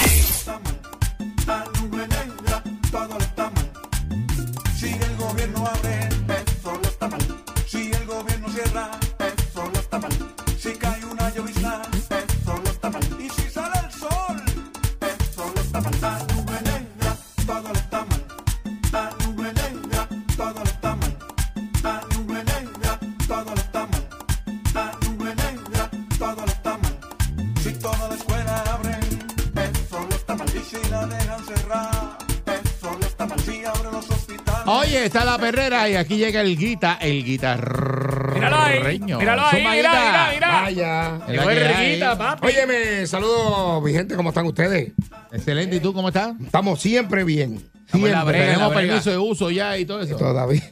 Speaker 2: Oye, está la perrera y aquí llega el guita, el guitarreño.
Speaker 10: Míralo ahí, míralo ahí,
Speaker 2: Zumba,
Speaker 10: mira,
Speaker 2: guita.
Speaker 10: mira, mira.
Speaker 4: Vaya.
Speaker 2: Es la
Speaker 10: Llegó el
Speaker 2: que hay.
Speaker 10: Riguita, papi.
Speaker 4: Óyeme, saludos, mi gente, ¿cómo están ustedes?
Speaker 2: Excelente, ¿y tú cómo estás?
Speaker 4: Estamos siempre bien.
Speaker 3: Estamos en la
Speaker 4: Siempre.
Speaker 3: brega, en la
Speaker 2: Tenemos
Speaker 3: brega.
Speaker 2: permiso de uso ya y todo eso.
Speaker 4: Todavía.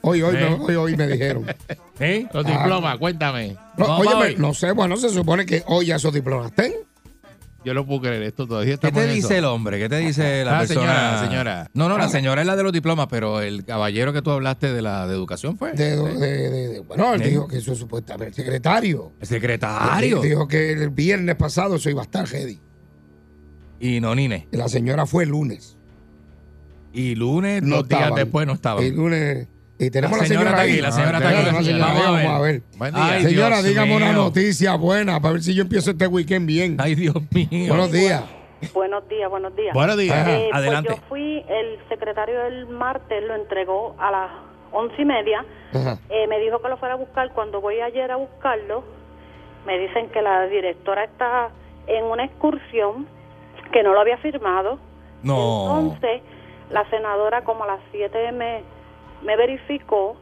Speaker 4: Hoy, hoy,
Speaker 10: Eh.
Speaker 4: me, hoy, hoy me dijeron.
Speaker 10: ¿Eh?
Speaker 2: Los
Speaker 4: Ah.
Speaker 2: diplomas, cuéntame.
Speaker 4: No,
Speaker 10: Vamos
Speaker 4: óyeme,
Speaker 10: hoy.
Speaker 4: no sé, bueno, se supone que hoy ya esos diplomas estén.
Speaker 2: Yo no puedo creer esto todavía.
Speaker 3: ¿Qué
Speaker 2: estamos
Speaker 3: te
Speaker 2: en eso.
Speaker 3: dice el hombre? ¿Qué te dice la
Speaker 2: Ah,
Speaker 3: persona?
Speaker 2: señora, la señora.
Speaker 3: No, no, la señora Ah. es la de los diplomas, pero el caballero que tú hablaste de la de educación fue.
Speaker 4: De,
Speaker 3: Sí.
Speaker 4: de- de- de- bueno, él
Speaker 3: Sí.
Speaker 4: dijo que eso es supuestamente el secretario.
Speaker 3: El secretario.
Speaker 4: Dijo que el viernes pasado eso iba a estar ready.
Speaker 3: Y no, Nine.
Speaker 4: Y La señora fue el lunes.
Speaker 3: Y lunes,
Speaker 4: No
Speaker 3: dos días
Speaker 4: estaban.
Speaker 3: después no estaba.
Speaker 4: El lunes. Y tenemos
Speaker 3: La
Speaker 4: la
Speaker 3: señora
Speaker 4: señora,
Speaker 3: está aquí,
Speaker 4: ahí. Ah,
Speaker 3: la señora
Speaker 2: está aquí.
Speaker 4: Tenemos la señora
Speaker 2: Vamos
Speaker 4: ahí,
Speaker 3: a ver.
Speaker 4: vamos a ver.
Speaker 2: Buen día.
Speaker 3: Ay,
Speaker 4: Señora,
Speaker 3: Dios
Speaker 4: dígame una
Speaker 3: mío.
Speaker 4: noticia buena para ver si yo empiezo este weekend bien.
Speaker 3: Ay, Dios mío.
Speaker 4: Buenos días.
Speaker 11: Buenos días, buenos días.
Speaker 2: Buenos días.
Speaker 3: Ajá.
Speaker 11: Eh,
Speaker 3: Adelante.
Speaker 11: Pues yo fui, el secretario el martes lo entregó a las once y media.
Speaker 4: Ajá.
Speaker 11: Eh, me dijo que lo fuera a buscar. Cuando voy ayer a buscarlo, me dicen que la directora está en una excursión que no lo había firmado.
Speaker 3: No.
Speaker 11: Entonces, la senadora como a las 7 me, me verificó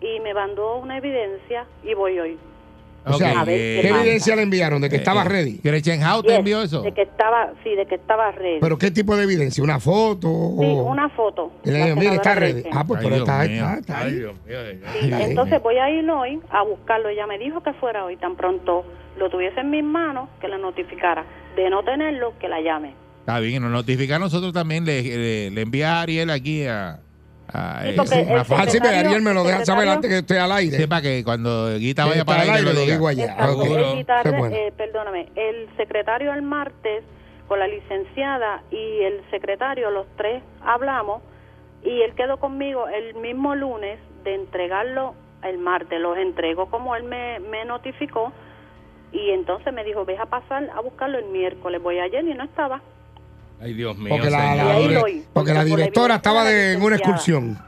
Speaker 11: y me mandó una evidencia y voy hoy.
Speaker 4: O sea,
Speaker 11: A ver qué
Speaker 4: ¿Qué
Speaker 3: Eh,
Speaker 11: pasa.
Speaker 4: evidencia le enviaron de que estaba ready?
Speaker 2: Gretchen Howe te
Speaker 11: Yes,
Speaker 2: envió eso.
Speaker 11: De que estaba, sí, de que estaba ready.
Speaker 4: ¿Pero qué tipo de evidencia? ¿Una foto?
Speaker 11: Sí,
Speaker 4: o-
Speaker 11: una foto.
Speaker 4: Y le
Speaker 11: La
Speaker 4: dijo, mire, está
Speaker 11: senadora
Speaker 4: ready.
Speaker 11: Reyes.
Speaker 4: Ah, pues,
Speaker 2: Ay,
Speaker 4: pero
Speaker 2: Dios
Speaker 4: está,
Speaker 2: mío.
Speaker 4: está, está ahí.
Speaker 11: Sí,
Speaker 4: Ay,
Speaker 11: entonces voy a ir hoy a buscarlo. Ella me dijo que fuera hoy, tan pronto lo tuviese en mis manos, que la notificara. De no tenerlo, que la llame.
Speaker 2: Está bien, y nos notifica a nosotros también. Le, le, le envía a Ariel aquí a, a
Speaker 11: Sí,
Speaker 2: eh,
Speaker 11: porque
Speaker 2: una
Speaker 11: el
Speaker 2: foto.
Speaker 4: Ah, sí, pero Ariel me lo deja saber
Speaker 11: secretario-
Speaker 4: antes que esté al aire.
Speaker 2: Sepa que cuando Guita
Speaker 4: Que
Speaker 2: vaya
Speaker 4: está
Speaker 2: para
Speaker 4: al
Speaker 2: ahí,
Speaker 4: aire,
Speaker 2: que
Speaker 4: lo
Speaker 2: diga.
Speaker 4: digo allá.
Speaker 11: Esta-
Speaker 4: Ok.
Speaker 11: el guitarre-
Speaker 4: Qué bueno.
Speaker 11: eh, perdóname, el secretario el martes con la licenciada y el secretario, los tres hablamos y él quedó conmigo el mismo lunes de entregarlo el martes. Los entregó como él me, me notificó Y entonces me dijo, ves a pasar a buscarlo el miércoles. Voy ayer y no estaba.
Speaker 3: Ay, Dios mío.
Speaker 4: Porque la, la-
Speaker 11: Y ahí voy,
Speaker 4: porque la directora estaba de- en una excursión.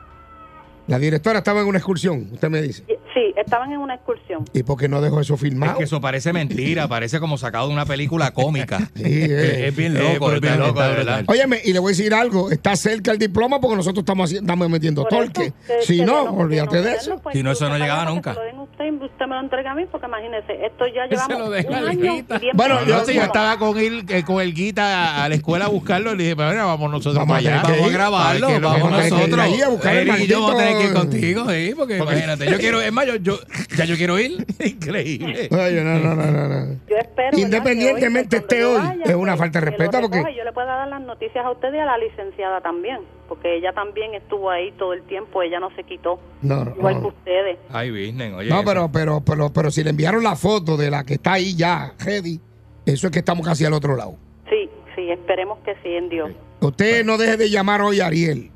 Speaker 4: La directora estaba en una excursión, usted me dice.
Speaker 11: Y- Sí, estaban en una excursión.
Speaker 4: ¿Y por qué no dejó eso
Speaker 3: Es
Speaker 4: filmado?
Speaker 3: que eso parece mentira, parece como sacado de una película cómica.
Speaker 4: Sí, eh.
Speaker 3: Es bien
Speaker 2: Eh,
Speaker 3: loco,
Speaker 2: brutal,
Speaker 3: es bien loco,
Speaker 2: está
Speaker 3: de verdad.
Speaker 2: brutal.
Speaker 4: Óyeme, y le voy a decir algo, está cerca el diploma porque nosotros estamos, haci- estamos metiendo
Speaker 11: Por eso,
Speaker 4: torque.
Speaker 11: que-
Speaker 4: Si
Speaker 11: que
Speaker 4: no,
Speaker 11: nos- que
Speaker 4: olvídate
Speaker 11: nos
Speaker 4: de
Speaker 11: den
Speaker 4: eso.
Speaker 11: los puestos
Speaker 3: Si no, eso no
Speaker 11: de
Speaker 3: llegaba
Speaker 11: trabajo, que
Speaker 3: nunca.
Speaker 11: se lo den usted, usted me lo entrega a mí, porque imagínese, esto ya
Speaker 3: Él se
Speaker 11: llevamos
Speaker 3: lo deja
Speaker 11: un
Speaker 3: a la
Speaker 11: año
Speaker 3: hijita.
Speaker 11: y diez
Speaker 4: Bueno,
Speaker 11: meses.
Speaker 2: No, sí, yo
Speaker 4: Vamos.
Speaker 2: estaba con el, eh, con el guita a la escuela a buscarlo. Le dije, pero mira, vamos nosotros
Speaker 4: Vamos a
Speaker 2: para allá.
Speaker 4: tener que
Speaker 3: Vamos a
Speaker 4: ir.
Speaker 3: grabarlo,
Speaker 2: Ay, que lo
Speaker 3: vamos
Speaker 2: vamos a tener que ir
Speaker 3: nosotros.
Speaker 4: ahí a buscar el
Speaker 3: Eric y yo vamos a tener que ir
Speaker 4: maldito-
Speaker 3: contigo, sí, porque imagínate, yo quiero, es más, yo, yo- ya yo quiero ir. Increíble.
Speaker 4: Oye, no, no, no, no, no.
Speaker 11: Yo espero, ¿verdad?
Speaker 4: Independientemente
Speaker 11: que
Speaker 4: esté
Speaker 11: hoy,
Speaker 4: hoy,
Speaker 11: que cuando yo pues,
Speaker 4: es una falta de
Speaker 11: que lo
Speaker 4: respeto, porque-
Speaker 11: recoja, Yo le pueda dar las noticias a usted y a la licenciada también, porque ella también estuvo ahí todo el tiempo, ella no se quitó,
Speaker 4: No, no,
Speaker 11: igual
Speaker 4: no.
Speaker 11: que ustedes.
Speaker 3: Ay, business, oye.
Speaker 4: No,
Speaker 3: eso.
Speaker 4: pero, pero, pero, pero si le enviaron la foto de la que está ahí ya, ready, eso es que estamos casi al otro lado.
Speaker 11: Sí, sí, esperemos que sí, en Dios.
Speaker 4: Usted no deje de llamar hoy a Ariel.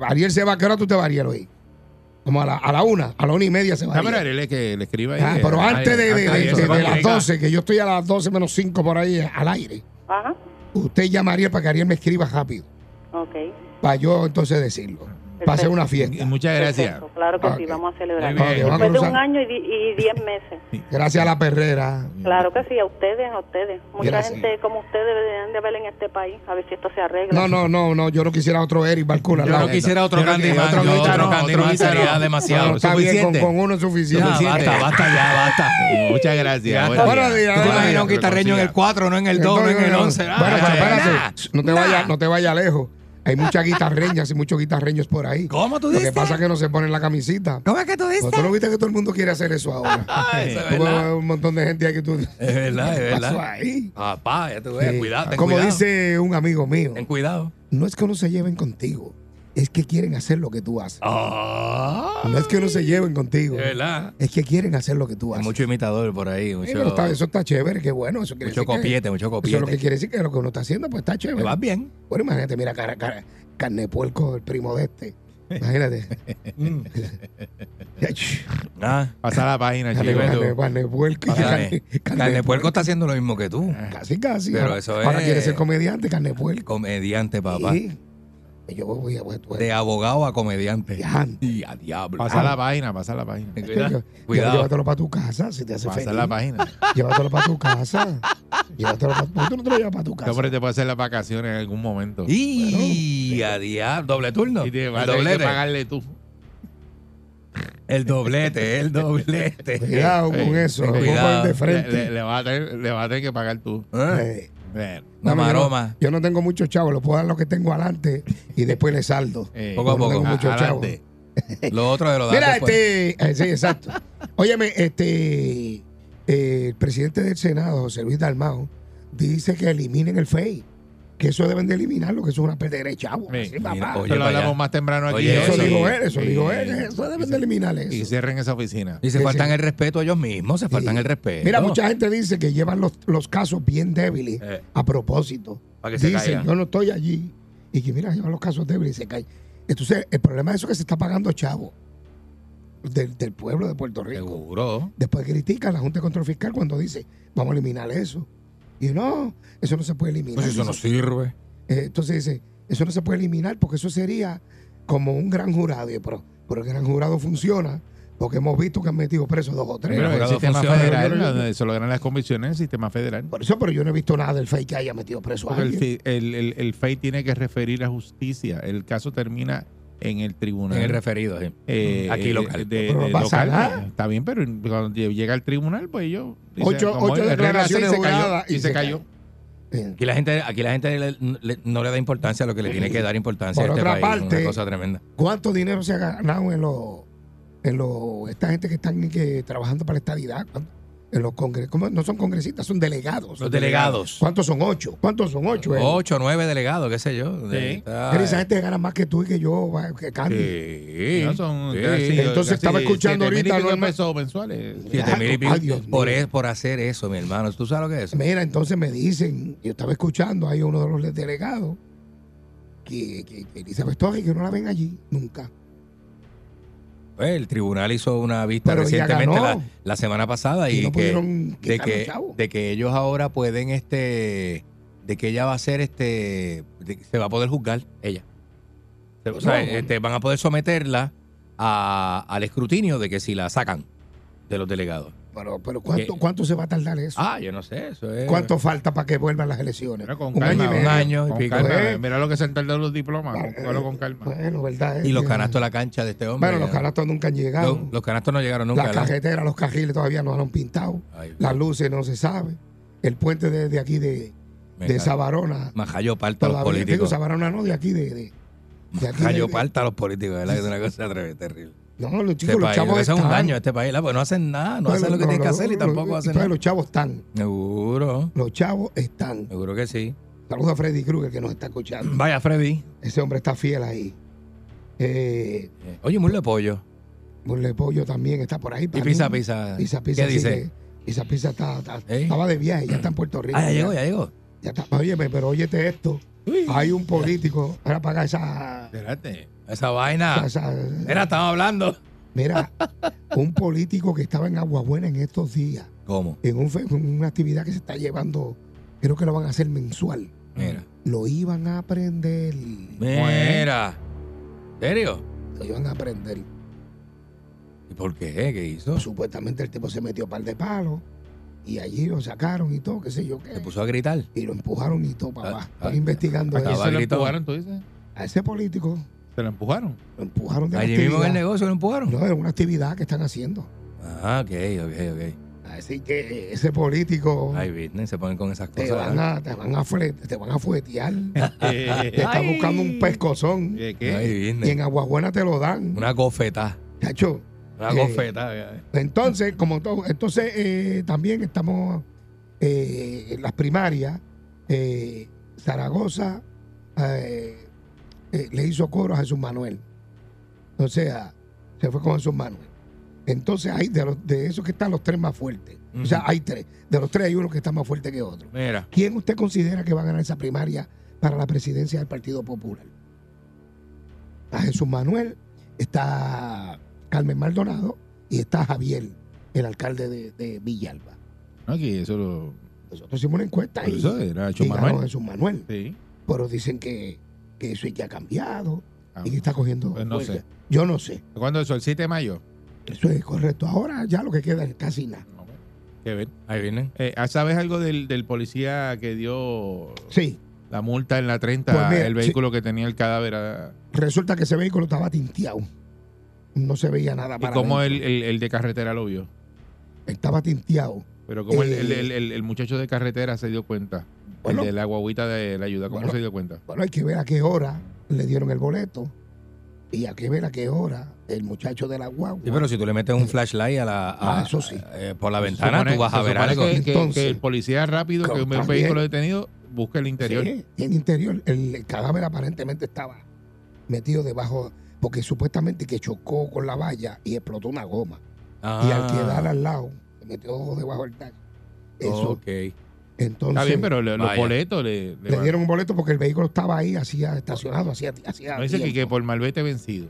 Speaker 4: Ariel se va, ¿a qué hora tú te vas, Ariel, hoy? Como a la, a la una, a la una y media se va.
Speaker 2: Ah, pero
Speaker 4: Ariel.
Speaker 2: dile que le escriba ahí.
Speaker 4: Ah,
Speaker 2: eh,
Speaker 4: pero
Speaker 2: al
Speaker 4: antes de,
Speaker 2: aire,
Speaker 4: de-
Speaker 2: antes
Speaker 4: de-
Speaker 2: eso,
Speaker 4: de- de
Speaker 2: vamos,
Speaker 4: las
Speaker 2: venga.
Speaker 4: 12, que yo estoy a las 12 menos 5 por ahí eh, al aire,
Speaker 11: Ajá,
Speaker 4: usted llama a Ariel para que Ariel me escriba rápido,
Speaker 11: ok.
Speaker 4: para yo entonces decirlo. Para hacer una
Speaker 2: Y
Speaker 4: fiesta.
Speaker 2: Muchas gracias.
Speaker 11: perfecto, Claro que
Speaker 4: Ah,
Speaker 11: sí,
Speaker 4: ok.
Speaker 11: vamos a
Speaker 3: Muy
Speaker 11: celebrar.
Speaker 3: bien.
Speaker 11: Después de
Speaker 4: Vamos a
Speaker 11: un
Speaker 4: cruzar.
Speaker 11: año y, di- y diez meses.
Speaker 4: Gracias a la perrera.
Speaker 11: Claro que sí, a ustedes, a ustedes. Mucha
Speaker 4: Gracias.
Speaker 11: gente como ustedes deberían de haber en este país, a ver si esto se arregla.
Speaker 4: No, no, no, no, yo no quisiera otro Eric Barcula.
Speaker 3: Yo no quisiera otro
Speaker 2: Yo no-
Speaker 3: Candyman,
Speaker 2: otro
Speaker 3: yo
Speaker 2: guita
Speaker 3: otro
Speaker 2: no,
Speaker 3: Candyman
Speaker 2: otro guita
Speaker 3: sería
Speaker 2: no.
Speaker 3: demasiado.
Speaker 4: No, está bien, con,
Speaker 3: Suficiente.
Speaker 4: con uno es
Speaker 3: Ya,
Speaker 4: suficiente.
Speaker 3: basta, basta, ya, basta.
Speaker 2: Muchas gracias.
Speaker 3: Ya,
Speaker 2: Buenos
Speaker 4: buenos
Speaker 2: días.
Speaker 4: días.
Speaker 3: ¿Tú te
Speaker 4: Ay,
Speaker 3: imaginas un
Speaker 2: que
Speaker 3: guitarreño en
Speaker 2: consiga.
Speaker 3: el 4, no en el 2, no en el Ah, 11?
Speaker 4: Bueno, pero espérate, no te vayas, no te vayas lejos. Hay muchas guitarreñas y muchos guitarreños por ahí.
Speaker 3: ¿Cómo tú
Speaker 4: Lo que
Speaker 3: dices?
Speaker 4: pasa es que no se ponen la camisita.
Speaker 3: ¿Cómo es que tú dices?
Speaker 4: ¿Tú no viste que todo el mundo quiere hacer eso ahora?
Speaker 3: Ay, eso es
Speaker 4: Tú ves
Speaker 3: verdad.
Speaker 4: un montón de gente ahí que tú...
Speaker 3: Es verdad, es
Speaker 4: ¿Qué pasó
Speaker 3: verdad.
Speaker 4: ahí?
Speaker 3: Papá, ya te ves,
Speaker 4: Sí.
Speaker 3: cuidado, ten
Speaker 4: Como
Speaker 3: cuidado.
Speaker 4: dice un amigo mío,
Speaker 3: Ten cuidado.
Speaker 4: no es que no se lleven contigo, es que quieren hacer lo que tú haces.
Speaker 3: Ah,
Speaker 4: No es que no se lleven
Speaker 3: es
Speaker 4: contigo,
Speaker 3: verdad.
Speaker 4: es que quieren hacer lo que tú
Speaker 3: Hay
Speaker 4: haces.
Speaker 3: mucho imitador por ahí,
Speaker 4: Sí,
Speaker 3: mucho,
Speaker 4: pero está- eso está chévere, qué bueno. Eso quiere
Speaker 3: mucho
Speaker 4: decir que-
Speaker 3: copiete, mucho
Speaker 4: Eso es lo que
Speaker 3: copiete.
Speaker 4: quiere decir que lo que uno está haciendo, pues está
Speaker 3: Te
Speaker 4: chévere.
Speaker 3: vas bien.
Speaker 4: Bueno, imagínate, mira, cara, cara, carne de puerco, el primo de este. Imagínate. Mm.
Speaker 3: Ah,
Speaker 2: Pasa la página,
Speaker 4: carne,
Speaker 2: chico.
Speaker 4: carne- carne de puerco. y
Speaker 3: Pásame.
Speaker 4: carne- carne
Speaker 3: Carne
Speaker 4: de Ah.
Speaker 3: de Puerco está haciendo lo mismo que tú.
Speaker 4: Casi, casi.
Speaker 3: Pero
Speaker 4: ahora,
Speaker 3: eso
Speaker 4: ahora
Speaker 3: es-
Speaker 4: quiere ser comediante, carne de puerco.
Speaker 3: Comediante, papá.
Speaker 4: Sí. pues. Yo voy a... Voy, voy-
Speaker 3: De abogado a comediante.
Speaker 4: Diante.
Speaker 3: Y a diablo.
Speaker 2: Pasa
Speaker 4: Ah.
Speaker 2: la página, pasa la página.
Speaker 3: Ten
Speaker 4: Yo-
Speaker 3: Cuidado.
Speaker 4: yo-
Speaker 3: Cuidado.
Speaker 4: Llévatelo para tu casa, si te hace
Speaker 2: Pasa
Speaker 4: feliz.
Speaker 2: la página.
Speaker 4: Llévatelo para tu casa. llévatelo para... ¿Por qué tú no te lo llevas para tu casa?
Speaker 2: No, pero te puede hacer las vacaciones en algún momento.
Speaker 3: Y a diablo. Doble turno.
Speaker 2: Y te
Speaker 3: El
Speaker 2: vas a tener que
Speaker 3: doblete.
Speaker 2: pagarle tú.
Speaker 3: El doblete, el doblete.
Speaker 4: Cuidado con
Speaker 2: Eh,
Speaker 4: eso.
Speaker 2: eh,
Speaker 4: lo pongo
Speaker 3: cuidado.
Speaker 4: de
Speaker 2: Le,
Speaker 4: frente.
Speaker 2: le- le vas a tener, le vas a tener que pagar tú.
Speaker 3: ¿Eh?
Speaker 4: Eh.
Speaker 3: Una
Speaker 2: Bueno,
Speaker 4: Bueno, yo no-
Speaker 3: maroma.
Speaker 4: Yo no, tengo muchos chavos, lo puedo dar lo que tengo adelante y después le saldo.
Speaker 2: eh,
Speaker 3: Poco a
Speaker 4: Yo no
Speaker 3: poco.
Speaker 4: tengo muchos chavos.
Speaker 2: adelante.
Speaker 3: Lo otro de lo de
Speaker 4: Mira,
Speaker 3: antes, pues.
Speaker 4: este. eh, sí, exacto. Óyeme, este. eh, el presidente del Senado, José Luis Dalmao, dice que eliminen el FEI. Que eso deben de eliminarlo, que eso es una pérdida de chavos.
Speaker 2: Sí,
Speaker 4: Así, papá.
Speaker 3: mira, oye,
Speaker 2: Eso lo
Speaker 3: para allá.
Speaker 2: hablamos más temprano aquí.
Speaker 3: Oye,
Speaker 4: eso
Speaker 3: sí,
Speaker 4: dijo él, eso
Speaker 2: sí,
Speaker 4: dijo
Speaker 2: sí.
Speaker 4: él. Eso deben de eliminar
Speaker 2: Y
Speaker 4: eso.
Speaker 2: cierren esa oficina.
Speaker 3: Y se
Speaker 4: Sí,
Speaker 3: faltan
Speaker 4: sí.
Speaker 3: el respeto a ellos mismos, se faltan
Speaker 4: Sí.
Speaker 3: el respeto.
Speaker 4: Mira, mucha gente dice que llevan los, los casos bien débiles
Speaker 3: Eh.
Speaker 4: a propósito.
Speaker 3: Para que se
Speaker 4: Dicen,
Speaker 3: caigan.
Speaker 4: yo no estoy allí. Y que mira, llevan los casos débiles y se caen. Entonces, el problema de eso es que se está pagando chavo del, del pueblo de Puerto Rico.
Speaker 3: Seguro.
Speaker 4: Después critican a la Junta de Control Fiscal cuando dice, vamos a eliminar eso. Y no, eso no se puede eliminar.
Speaker 3: Pues eso no
Speaker 4: Eso-
Speaker 3: sirve.
Speaker 4: eh, entonces dice, eso no se puede eliminar porque eso sería como un gran jurado. Y yo, pero, pero el gran jurado funciona porque hemos visto que han metido presos dos o tres.
Speaker 2: Pero el
Speaker 3: abogado
Speaker 2: sistema
Speaker 3: funciona.
Speaker 2: federal, donde se logran las convicciones, el sistema federal.
Speaker 4: Por eso, pero yo no he visto nada del fake que haya metido preso a
Speaker 2: Porque el,
Speaker 4: alguien.
Speaker 2: fi- el, el- el FEI tiene que referir a justicia. El caso termina en el tribunal.
Speaker 3: En el referido, sí.
Speaker 2: eh,
Speaker 3: Aquí
Speaker 2: eh,
Speaker 3: local.
Speaker 2: de-
Speaker 4: Pero no
Speaker 2: de
Speaker 4: pasa
Speaker 2: local.
Speaker 4: nada.
Speaker 2: Está bien, pero cuando llega al tribunal, pues ellos. dicen,
Speaker 4: Ocho-
Speaker 2: como
Speaker 4: ocho
Speaker 2: es, regla
Speaker 4: declaraciones
Speaker 2: seis, se cayó,
Speaker 4: juradas
Speaker 2: y, se cayó.
Speaker 4: Eh,
Speaker 3: Aquí la gente, aquí la gente le- le- no le da importancia a lo que le tiene que dar importancia
Speaker 4: Por
Speaker 3: a este
Speaker 4: otra
Speaker 3: país.
Speaker 4: parte-
Speaker 3: Una cosa tremenda.
Speaker 4: ¿Cuánto dinero se ha ganado en los en los esta gente que están en que, trabajando para la estadidad? ¿Cuánto? En los congres, ¿cómo? no son congresistas, son delegados.
Speaker 3: Los delegados.
Speaker 4: ¿Cuántos son ocho? ¿Cuántos son ocho? eh?
Speaker 3: Ocho, nueve delegados, qué sé yo.
Speaker 2: Sí.
Speaker 3: Está-
Speaker 4: Pero esa gente gana más que tú y que yo, va, que Candy.
Speaker 3: Sí.
Speaker 2: No, son
Speaker 3: Sí.
Speaker 2: casi-
Speaker 4: Entonces, estaba escuchando
Speaker 2: siete mil y
Speaker 4: ahorita,
Speaker 2: pico de
Speaker 4: Norma.
Speaker 2: pesos mensuales.
Speaker 3: Siete mil y pico.
Speaker 4: Ay, Dios mío.
Speaker 3: por, es- por hacer eso, mi hermano. ¿Tú sabes lo que es? eso?
Speaker 4: Mira, entonces me dicen, yo estaba escuchando ahí uno de los delegados, que, que, que Elizabeth Torres, que no la ven allí nunca.
Speaker 3: Pues, el tribunal hizo una vista
Speaker 4: Pero ella
Speaker 3: recientemente
Speaker 4: ganó.
Speaker 3: la, la semana pasada y,
Speaker 4: Y no pudieron
Speaker 3: que, de
Speaker 4: quitarle
Speaker 3: que
Speaker 4: un chavo.
Speaker 3: de que ellos ahora pueden este de que ella va a ser este de- se va a poder juzgar ella. Se- O sea,
Speaker 4: No.
Speaker 3: este, van a poder someterla a- al escrutinio de que si la sacan de los delegados.
Speaker 4: Pero, pero ¿cuánto, ¿cuánto se va a tardar eso?
Speaker 3: Ah, eh. yo no sé, eso es
Speaker 4: ¿Cuánto falta para que vuelvan las elecciones?
Speaker 2: Pero con
Speaker 4: Un
Speaker 2: calma,
Speaker 4: año y
Speaker 2: un
Speaker 4: medio.
Speaker 3: año y
Speaker 2: Con
Speaker 3: pico.
Speaker 2: calma,
Speaker 4: Eh.
Speaker 2: Mira lo que se han tardado los diplomas. Cógelo con calma.
Speaker 4: Bueno, ¿verdad? es
Speaker 3: y los
Speaker 4: que-
Speaker 3: canastos de la cancha de este hombre.
Speaker 4: Bueno, los
Speaker 3: ya.
Speaker 4: canastos nunca han llegado.
Speaker 3: Los, los canastos no llegaron nunca.
Speaker 4: las
Speaker 3: ¿no?
Speaker 4: cajeteras, los cajiles todavía no han pintado.
Speaker 3: Ay,
Speaker 4: Las luces no se sabe. El puente de, de aquí de,
Speaker 3: me
Speaker 4: de
Speaker 3: cago.
Speaker 4: Sabarona.
Speaker 3: Majayó parta a los
Speaker 4: Todavía digo
Speaker 3: políticos.
Speaker 4: Sabarona no, de aquí de. de, de aquí
Speaker 3: Majayó
Speaker 4: de-
Speaker 3: parta a los políticos, ¿verdad? Que Es una cosa tre- terrible.
Speaker 4: No, los
Speaker 3: Este
Speaker 4: chicos, los
Speaker 3: país,
Speaker 4: chavos.
Speaker 3: ese es un
Speaker 4: están.
Speaker 3: daño a este país, ¿verdad? Porque no hacen nada, no
Speaker 4: Entonces,
Speaker 3: hacen lo que
Speaker 4: los-
Speaker 3: tienen que
Speaker 4: los-
Speaker 3: hacer y
Speaker 4: los-
Speaker 3: tampoco
Speaker 4: y
Speaker 3: hacen
Speaker 4: entonces
Speaker 3: nada.
Speaker 4: Los chavos están.
Speaker 3: Seguro,
Speaker 4: Los chavos están.
Speaker 3: seguro que sí.
Speaker 4: Saludos a Freddy Krueger que nos está escuchando.
Speaker 3: Vaya, Freddy.
Speaker 4: Ese hombre está fiel ahí. Eh,
Speaker 3: Eh, Oye, muslo de pollo.
Speaker 4: Burle Pollo también está por ahí.
Speaker 3: Y
Speaker 4: Palú.
Speaker 3: pizza, pizza.
Speaker 4: Pisa Pisa.
Speaker 3: ¿Qué
Speaker 4: sí
Speaker 3: dice?
Speaker 4: que- Pisa Pisa está- está-
Speaker 3: ¿Eh?
Speaker 4: estaba de viaje, ya está en Puerto Rico.
Speaker 3: Ah, ya llegó, ya llegó.
Speaker 4: Ya está. Óyeme, pero óyete esto. Hay un político. Para pagar esa.
Speaker 2: Espérate.
Speaker 3: Esa vaina.
Speaker 4: Ah. esa-
Speaker 3: Era, estamos hablando.
Speaker 4: mira, un político que estaba en Aguabuena en estos días,
Speaker 3: ¿Cómo?
Speaker 4: en, un fe- en una actividad que se está llevando, creo que lo van a hacer mensual.
Speaker 3: Mira.
Speaker 4: Lo iban a aprender.
Speaker 3: Mm. Mira. ¿En serio?
Speaker 4: Lo iban a aprender.
Speaker 3: ¿Y por qué? ¿Qué hizo?
Speaker 4: Supuestamente el tipo se metió par de palos y allí lo sacaron y todo, qué sé yo
Speaker 3: Se
Speaker 4: qué.
Speaker 3: puso a gritar.
Speaker 4: Y lo empujaron y todo,
Speaker 3: Ah,
Speaker 4: papá.
Speaker 3: ah,
Speaker 4: Estoy investigando
Speaker 2: Aquí
Speaker 4: eso.
Speaker 2: se lo
Speaker 3: Gritó.
Speaker 2: empujaron, tú dices.
Speaker 4: A ese político
Speaker 2: Se lo empujaron.
Speaker 4: lo empujaron de la
Speaker 3: Allí mismo en el
Speaker 4: actividad.
Speaker 3: negocio lo empujaron.
Speaker 4: No, es una actividad que están haciendo.
Speaker 3: Ah, ok, ok,
Speaker 4: Así que ese político
Speaker 3: ok. Ay, pues, business, se ponen con esas
Speaker 4: te,
Speaker 3: cosas.
Speaker 4: van
Speaker 3: ¿verdad?
Speaker 4: a, te, van a fle- te van a fuetear. te
Speaker 2: Eh,
Speaker 4: está buscando un pescozón.
Speaker 2: eh,
Speaker 3: Ay,
Speaker 2: ¿Qué?
Speaker 4: Y
Speaker 3: business.
Speaker 4: en Aguajuena te lo dan.
Speaker 3: Una gofeta.
Speaker 4: Chacho.
Speaker 3: Una
Speaker 4: Eh,
Speaker 3: gofeta. eh.
Speaker 4: Entonces, como todo, entonces eh, también estamos eh, en las primarias. eh, Zaragoza eh, eh, le hizo coro a Jesús Manuel. O sea, se fue con Jesús Manuel. Entonces, hay de, los- de esos que están los tres más fuertes. O sea,
Speaker 3: Ujú.
Speaker 4: hay tres. De los tres hay uno que está más fuerte que otro.
Speaker 3: Mira.
Speaker 4: ¿Quién usted considera que va a ganar esa primaria para la presidencia del Partido Popular? Está Jesús Manuel, está Carmen Maldonado y está Javier, el alcalde de, de Villalba.
Speaker 2: No, aquí eso lo.
Speaker 4: Nosotros hicimos una encuesta
Speaker 2: Por
Speaker 4: y,
Speaker 2: eso era
Speaker 4: y
Speaker 2: Jesús
Speaker 4: ganó
Speaker 2: Manuel.
Speaker 4: Jesús Manuel.
Speaker 2: Sí.
Speaker 4: Pero dicen que, que eso ya ha cambiado
Speaker 2: Ah,
Speaker 4: y que está cogiendo.
Speaker 2: Pues no
Speaker 4: fuerza.
Speaker 2: sé.
Speaker 4: Yo no sé.
Speaker 2: ¿Cuándo eso? ¿El 7 de mayo?
Speaker 4: Eso es correcto. Ahora ya lo que queda es casi nada.
Speaker 2: No, bueno. Qué bien.
Speaker 3: Ahí vienen.
Speaker 2: Eh, ah, ¿Sabes algo del, del policía que dio
Speaker 4: Sí,
Speaker 2: la multa en la 30?
Speaker 4: Pues mira,
Speaker 2: el
Speaker 4: sí.
Speaker 2: vehículo que tenía el cadáver. ah,
Speaker 4: resulta que ese vehículo estaba tinteado. No se veía nada
Speaker 2: ¿Y
Speaker 4: para
Speaker 2: cómo el,
Speaker 4: adentro.
Speaker 2: el- el de carretera lo vio?
Speaker 4: Estaba tinteado.
Speaker 2: Pero como el, el-
Speaker 4: Eh.
Speaker 2: el- el- el muchacho de carretera se dio cuenta.
Speaker 4: Bueno.
Speaker 2: el de la guaguita de la ayuda, ¿cómo
Speaker 4: Bueno.
Speaker 2: se dio cuenta?
Speaker 4: Bueno, hay que ver a qué hora le dieron el boleto y a qué ver a qué hora el muchacho de la guagua.
Speaker 3: Sí, pero si tú le metes un flashlight a la, a-
Speaker 4: Ah, eso sí.
Speaker 3: eh, por la
Speaker 2: Se
Speaker 3: ventana,
Speaker 2: supone-
Speaker 3: tú vas
Speaker 2: se
Speaker 3: a ver
Speaker 2: supone
Speaker 3: algo.
Speaker 2: Que, que-
Speaker 4: Entonces-
Speaker 2: que el policía rápido, que un
Speaker 4: También.
Speaker 2: vehículo detenido, busca el interior.
Speaker 4: Sí, y en interior, el, el cadáver aparentemente estaba metido debajo, porque supuestamente que chocó con la valla y explotó una goma.
Speaker 3: Ah, Oh.
Speaker 4: Y al quedar al lado, se metió debajo del taxi. Eso.
Speaker 3: ok.
Speaker 4: Entonces,
Speaker 2: Está bien, pero le- los
Speaker 3: Vaya.
Speaker 2: boletos le, le
Speaker 4: le
Speaker 2: van-
Speaker 4: dieron un boleto porque el vehículo estaba ahí, hacía estacionado, hacía. hacía
Speaker 2: No dice que, que
Speaker 4: tiempo.
Speaker 2: por malvete vencido.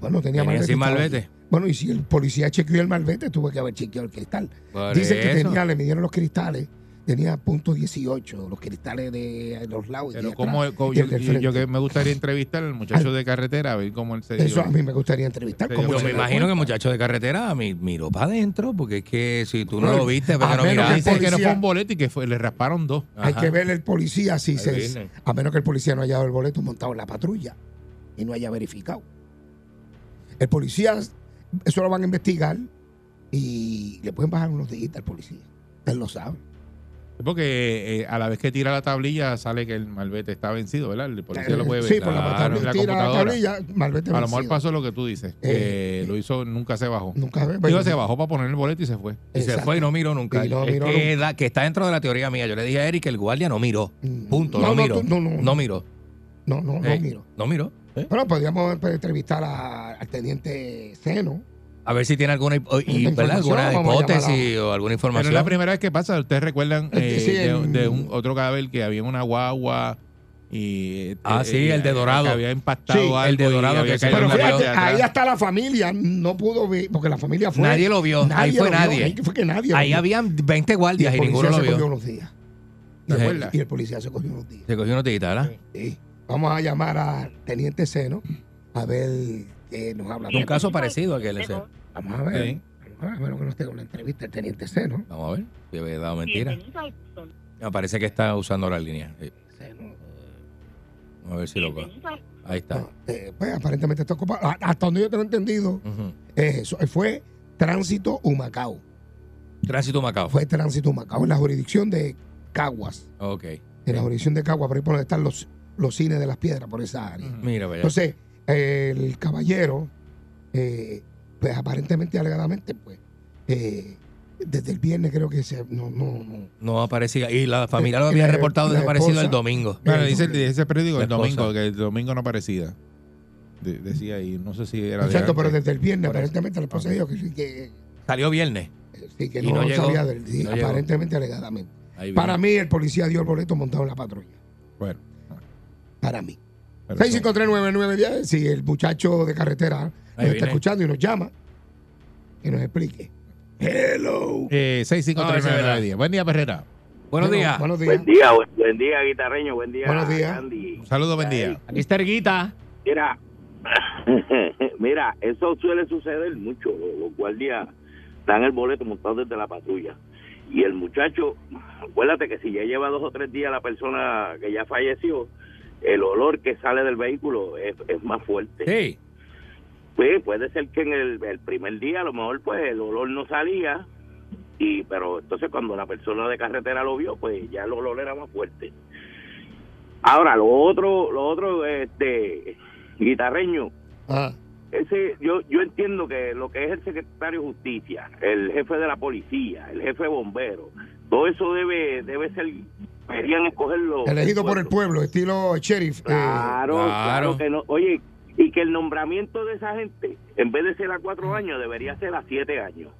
Speaker 4: Bueno, tenía
Speaker 3: Venía
Speaker 4: malvete.
Speaker 3: sin
Speaker 4: estaba ahí.
Speaker 3: malvete.
Speaker 4: Bueno, y si el policía chequeó el malvete, tuve que haber chequeado el cristal.
Speaker 3: Por
Speaker 4: Dice que
Speaker 3: eso.
Speaker 4: tenía, le midieron los cristales, tenía punto 18, los cristales de los lados. y
Speaker 2: Pero
Speaker 4: de
Speaker 2: como
Speaker 4: atrás, y
Speaker 2: yo,
Speaker 4: el del
Speaker 2: yo- yo que
Speaker 4: frente.
Speaker 2: me gustaría entrevistar al muchacho de carretera, a ver cómo él se dio.
Speaker 4: este. Eso a mí me gustaría entrevistar.
Speaker 2: Sí,
Speaker 4: cómo
Speaker 2: yo
Speaker 3: Yo
Speaker 4: se
Speaker 3: me
Speaker 4: da
Speaker 3: imagino que el
Speaker 4: cuenta.
Speaker 3: muchacho de carretera mi- miró para adentro, porque es que si tú no
Speaker 4: Bueno,
Speaker 3: lo viste, porque
Speaker 4: a
Speaker 3: no
Speaker 4: menos
Speaker 2: Pero
Speaker 4: Mira,
Speaker 3: miraste.
Speaker 2: dice que no
Speaker 4: policía-
Speaker 2: fue un boleto y que fue- le rasparon dos.
Speaker 4: Hay
Speaker 3: Ajá.
Speaker 4: que ver el policía si
Speaker 3: Ahí
Speaker 4: se.
Speaker 3: viene.
Speaker 4: A menos que el policía no haya dado el boleto montado en la patrulla y no haya verificado. El policía, eso lo van a investigar y le pueden bajar unos días al policía. Él lo sabe.
Speaker 2: Porque eh, a la vez que tira la tablilla sale que el malvete está vencido, ¿verdad? El policía
Speaker 4: Eh,
Speaker 2: lo puede ver.
Speaker 4: Sí, por la
Speaker 2: Claro,
Speaker 4: patrulla.
Speaker 2: en la
Speaker 4: tira la
Speaker 2: computadora.
Speaker 4: tablilla, malvete
Speaker 2: A lo
Speaker 4: vencido.
Speaker 2: mejor pasó lo que tú dices,
Speaker 4: Eh,
Speaker 2: que
Speaker 4: pues,
Speaker 2: lo hizo, nunca se bajó.
Speaker 4: Nunca ve.
Speaker 2: Digo, se bajó para poner el boleto y se fue.
Speaker 3: Y se
Speaker 4: Exacto.
Speaker 3: fue y no miró nunca.
Speaker 4: Y no
Speaker 3: Es
Speaker 4: miró
Speaker 3: que,
Speaker 4: nunca.
Speaker 3: la- que está dentro de la teoría mía. Yo le dije a Eric que el guardia no miró.
Speaker 4: Mm,
Speaker 3: Punto.
Speaker 4: no,
Speaker 3: No,
Speaker 4: no,
Speaker 3: miró.
Speaker 4: tú- no, no.
Speaker 3: miró.
Speaker 4: No, no, no
Speaker 3: Eh,
Speaker 4: miro.
Speaker 3: No miró.
Speaker 4: Bueno, podríamos pues, entrevistar a- al teniente Seno.
Speaker 3: A ver si tiene alguna, hip- y-
Speaker 4: Información,
Speaker 3: ¿verdad? alguna
Speaker 4: vamos a
Speaker 3: hipótesis o alguna
Speaker 2: Pero es la
Speaker 3: información.
Speaker 2: primera vez que pasa. Ustedes recuerdan
Speaker 4: Eh,
Speaker 2: eh,
Speaker 4: sí,
Speaker 2: de,
Speaker 4: en-
Speaker 2: de un otro cadáver que había en una guagua Y, este,
Speaker 3: Ah, sí, el de
Speaker 2: eh,
Speaker 3: Dorado.
Speaker 2: que había impactado
Speaker 3: Sí, el
Speaker 2: algo
Speaker 3: de
Speaker 2: y
Speaker 3: Dorado
Speaker 2: había
Speaker 3: que se
Speaker 2: caído
Speaker 4: Pero
Speaker 2: en la
Speaker 4: fíjate,
Speaker 2: parte de
Speaker 4: ahí
Speaker 2: atrás.
Speaker 4: hasta la familia no pudo ver, porque la familia fue.
Speaker 3: Nadie lo vio, ahí fue
Speaker 4: lo vio,
Speaker 3: nadie.
Speaker 4: ahí fue que nadie
Speaker 3: Ahí
Speaker 4: lo vio.
Speaker 3: habían 20
Speaker 4: Y el
Speaker 3: guardias y,
Speaker 4: policía
Speaker 3: ninguno lo
Speaker 4: se
Speaker 3: vio.
Speaker 4: cogió unos días.
Speaker 2: ¿Te
Speaker 3: Sí.
Speaker 2: acuerdas?
Speaker 4: Y el policía se cogió unos días.
Speaker 3: Se cogió una tirita, ¿verdad?
Speaker 4: Sí. Vamos a llamar a Teniente Seno a ver qué nos habla.
Speaker 3: De Un caso parecido a que le sea.
Speaker 4: Vamos a ver.
Speaker 2: Sí.
Speaker 4: Vamos a ver que nos tengo la entrevista el Teniente Seno.
Speaker 3: Vamos a ver. Yo había dado mentira. Me parece que está usando la línea. Sí.
Speaker 4: Seno.
Speaker 3: Vamos a ver si lo coge. Ahí está.
Speaker 4: No, eh, pues aparentemente está ocupado. A- Hasta donde yo tengo entendido,
Speaker 3: Ujú.
Speaker 4: eh, eso, eh, fue Tránsito Humacao.
Speaker 3: Tránsito Macao.
Speaker 4: Fue este Tránsito Humacao en la jurisdicción de Caguas.
Speaker 3: Ok.
Speaker 4: En la jurisdicción de Caguas, por ahí por donde están los, los cines de las piedras, por esa área.
Speaker 3: Mira, vaya.
Speaker 2: Pues-
Speaker 4: Entonces, eh, el caballero, eh, pues aparentemente, alegadamente, pues, eh, desde el viernes creo que se. No, no, no.
Speaker 3: No aparecía. Y la familia lo
Speaker 4: Eh,
Speaker 3: había
Speaker 4: la-
Speaker 3: reportado
Speaker 4: la
Speaker 3: desaparecido
Speaker 4: esposa-
Speaker 3: el domingo.
Speaker 2: Bueno, dice, dice ese periódico
Speaker 3: La
Speaker 2: el domingo,
Speaker 3: esposa.
Speaker 2: que el domingo no aparecía. De- decía ahí, no sé si era de
Speaker 4: Exacto, pero
Speaker 2: antes.
Speaker 4: desde el viernes,
Speaker 2: Por eso.
Speaker 4: aparentemente, la esposa dijo que, sí, que,
Speaker 3: Salió viernes.
Speaker 4: sí, que
Speaker 3: Y no
Speaker 4: no,
Speaker 3: llegó,
Speaker 4: sabía del sí,
Speaker 3: no llegó.
Speaker 4: aparentemente, alegadamente.
Speaker 3: Ahí viene.
Speaker 4: Para mí, el policía dio el boleto montado en la patrulla.
Speaker 2: Bueno,
Speaker 4: Para mí.
Speaker 2: pero eso-
Speaker 4: 6539910, si el muchacho de carretera nos
Speaker 3: viene.
Speaker 4: está escuchando y nos llama, que nos explique. Hello.
Speaker 2: Eh, 6539910. Buen día, Perrera.
Speaker 3: Buenos
Speaker 4: Bueno,
Speaker 3: días.
Speaker 4: Buenos días.
Speaker 12: Buen día, buen, buen día, guitarreño, buen día,
Speaker 4: Buenos días.
Speaker 12: Candy.
Speaker 2: Un saludo, buen día.
Speaker 3: Aquí está Erguita.
Speaker 12: Mira, mira, eso suele suceder mucho. Los guardias dan el boleto montado desde la patrulla. Y el muchacho, acuérdate que si ya lleva dos o tres días la persona que ya falleció, el olor que sale del vehículo es, es más fuerte.
Speaker 3: Sí.
Speaker 12: Pues puede ser que en el, el primer día a lo mejor pues el olor no salía, y pero entonces cuando la persona de carretera lo vio, pues ya el olor era más fuerte. Ahora, lo otro, lo otro, este, guitarreño,
Speaker 4: Ah,
Speaker 12: ese yo yo entiendo que lo que es el secretario de justicia el jefe de la policía el jefe de bomberos todo eso debe debe ser deberían escogerlo
Speaker 4: elegido por el pueblo, estilo sheriff. eh,
Speaker 12: claro,
Speaker 3: Claro.
Speaker 12: claro que no oye y que el nombramiento de esa gente en vez de ser a cuatro años debería ser a siete años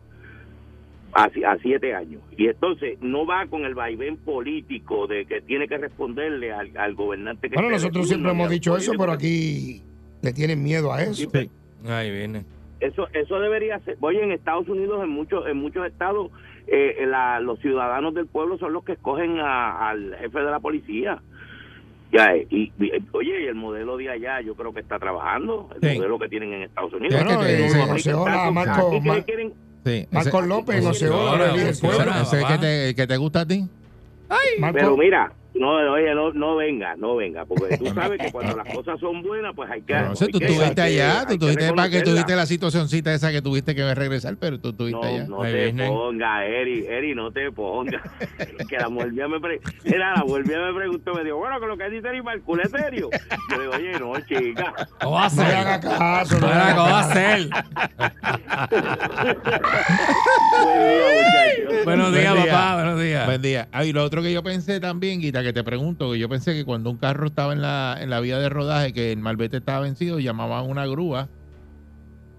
Speaker 12: a, si- a siete años y entonces no va con el vaivén político de que tiene que responderle al, al gobernante que
Speaker 4: bueno,
Speaker 12: esté de
Speaker 4: nosotros
Speaker 12: turno,
Speaker 4: siempre
Speaker 12: ni a
Speaker 4: hemos
Speaker 12: los
Speaker 4: dicho eso,
Speaker 12: políticos
Speaker 4: pero
Speaker 12: que-
Speaker 4: aquí le tienen miedo a eso.
Speaker 3: Ahí viene.
Speaker 12: Eso, eso debería ser. Oye, en Estados Unidos, en muchos, en muchos estados, eh, la- los ciudadanos del pueblo son los que escogen a- al jefe de la policía. Ya, eh, y, y, eh, oye, y el modelo de allá, yo creo que está trabajando, el
Speaker 2: Sí.
Speaker 12: modelo que tienen en Estados Unidos.
Speaker 4: Bueno,
Speaker 12: Aquí
Speaker 4: eh,
Speaker 12: no
Speaker 4: Oseola,
Speaker 12: lo aplican tanto.
Speaker 4: Marco,
Speaker 12: Aquí que
Speaker 4: Mar-
Speaker 12: quieren-
Speaker 2: Sí,
Speaker 4: Marcos
Speaker 2: ese-
Speaker 4: López, no se
Speaker 12: No,
Speaker 4: va,
Speaker 12: no,
Speaker 4: lo elige el
Speaker 3: no,
Speaker 4: pueblo.
Speaker 3: no, no.
Speaker 2: ese que te, el que te gusta a ti.
Speaker 4: Marco,
Speaker 12: Pero mira, no, no, oye, no, no venga, no Oh, venga, porque tú sabes que cuando las cosas son buenas, pues hay que.
Speaker 2: No sé,
Speaker 12: hay
Speaker 2: tú
Speaker 12: que- hay
Speaker 2: estuviste
Speaker 12: que-
Speaker 2: allá,
Speaker 12: hay
Speaker 2: tú
Speaker 12: que
Speaker 2: estuviste para que
Speaker 12: reconocerla.
Speaker 2: tuviste la situacioncita esa que tuviste que regresar, pero tú estuviste allá.
Speaker 12: No, no
Speaker 3: Ahí
Speaker 12: te
Speaker 3: viene.
Speaker 12: ponga, Eri, Eri, no te ponga. que la volvía me pre... Era, la volvía me preguntó, me dijo, bueno, con lo que dice Eri Marcul, ¿es serio? Yo le digo, oye, no, chica.
Speaker 3: ¿Cómo va a
Speaker 4: no le
Speaker 3: ser?
Speaker 4: haga caso. no le
Speaker 3: Ahora,
Speaker 4: haga
Speaker 3: ¿Cómo va
Speaker 4: caso.
Speaker 3: a ser?
Speaker 12: Buen día, muchachos.
Speaker 3: Buenos días,
Speaker 2: Buen día.
Speaker 3: papá. Buenos días.
Speaker 2: Buen día. Ah, y lo otro que yo pensé también, Guita, que te pregunto, que yo pensé que cuando un carro estaba en la, en la vía de rodaje, que el malvete estaba vencido, llamaban una grúa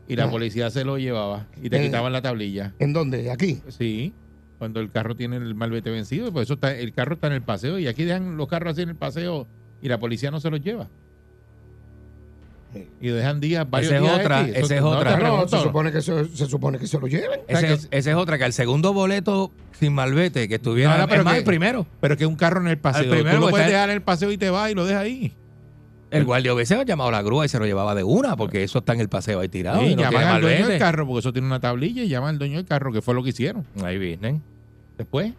Speaker 2: y la
Speaker 4: Ah.
Speaker 2: policía se lo llevaba y te
Speaker 4: Eh.
Speaker 2: quitaban la tablilla.
Speaker 4: ¿En dónde? ¿Aquí?
Speaker 2: Sí, cuando el carro tiene el malvete vencido, pues eso está, el carro está en el paseo y aquí dejan los carros así en el paseo y la policía no se los lleva. Y dejan días, varios
Speaker 3: Esa es
Speaker 2: días
Speaker 3: otra,
Speaker 2: X. Eso-
Speaker 3: esa es
Speaker 2: no,
Speaker 3: otra.
Speaker 2: te
Speaker 4: Ah, no, se
Speaker 2: pregunto.
Speaker 4: supone, que se, se supone que se lo lleven.
Speaker 3: Ese- Esa es, otra, que el segundo boleto sin malvete que estuviera.
Speaker 2: No, no, pero
Speaker 3: es más,
Speaker 2: que-
Speaker 3: el primero.
Speaker 2: Pero que un carro en el paseo,
Speaker 3: primero pues
Speaker 2: tú lo
Speaker 3: que
Speaker 2: puedes
Speaker 3: está-
Speaker 2: dejar en el paseo y te vas y lo dejas ahí.
Speaker 3: El guardia hubiese llamado a la grúa y se lo llevaba de una, porque eso está en el paseo ahí tirado.
Speaker 2: Sí,
Speaker 3: y no
Speaker 2: llaman
Speaker 3: tiene
Speaker 2: al dueño del
Speaker 3: malvete.
Speaker 2: carro, porque eso tiene una tablilla, y llaman al dueño del carro, que fue lo que hicieron
Speaker 3: Ahí vienen.
Speaker 2: después.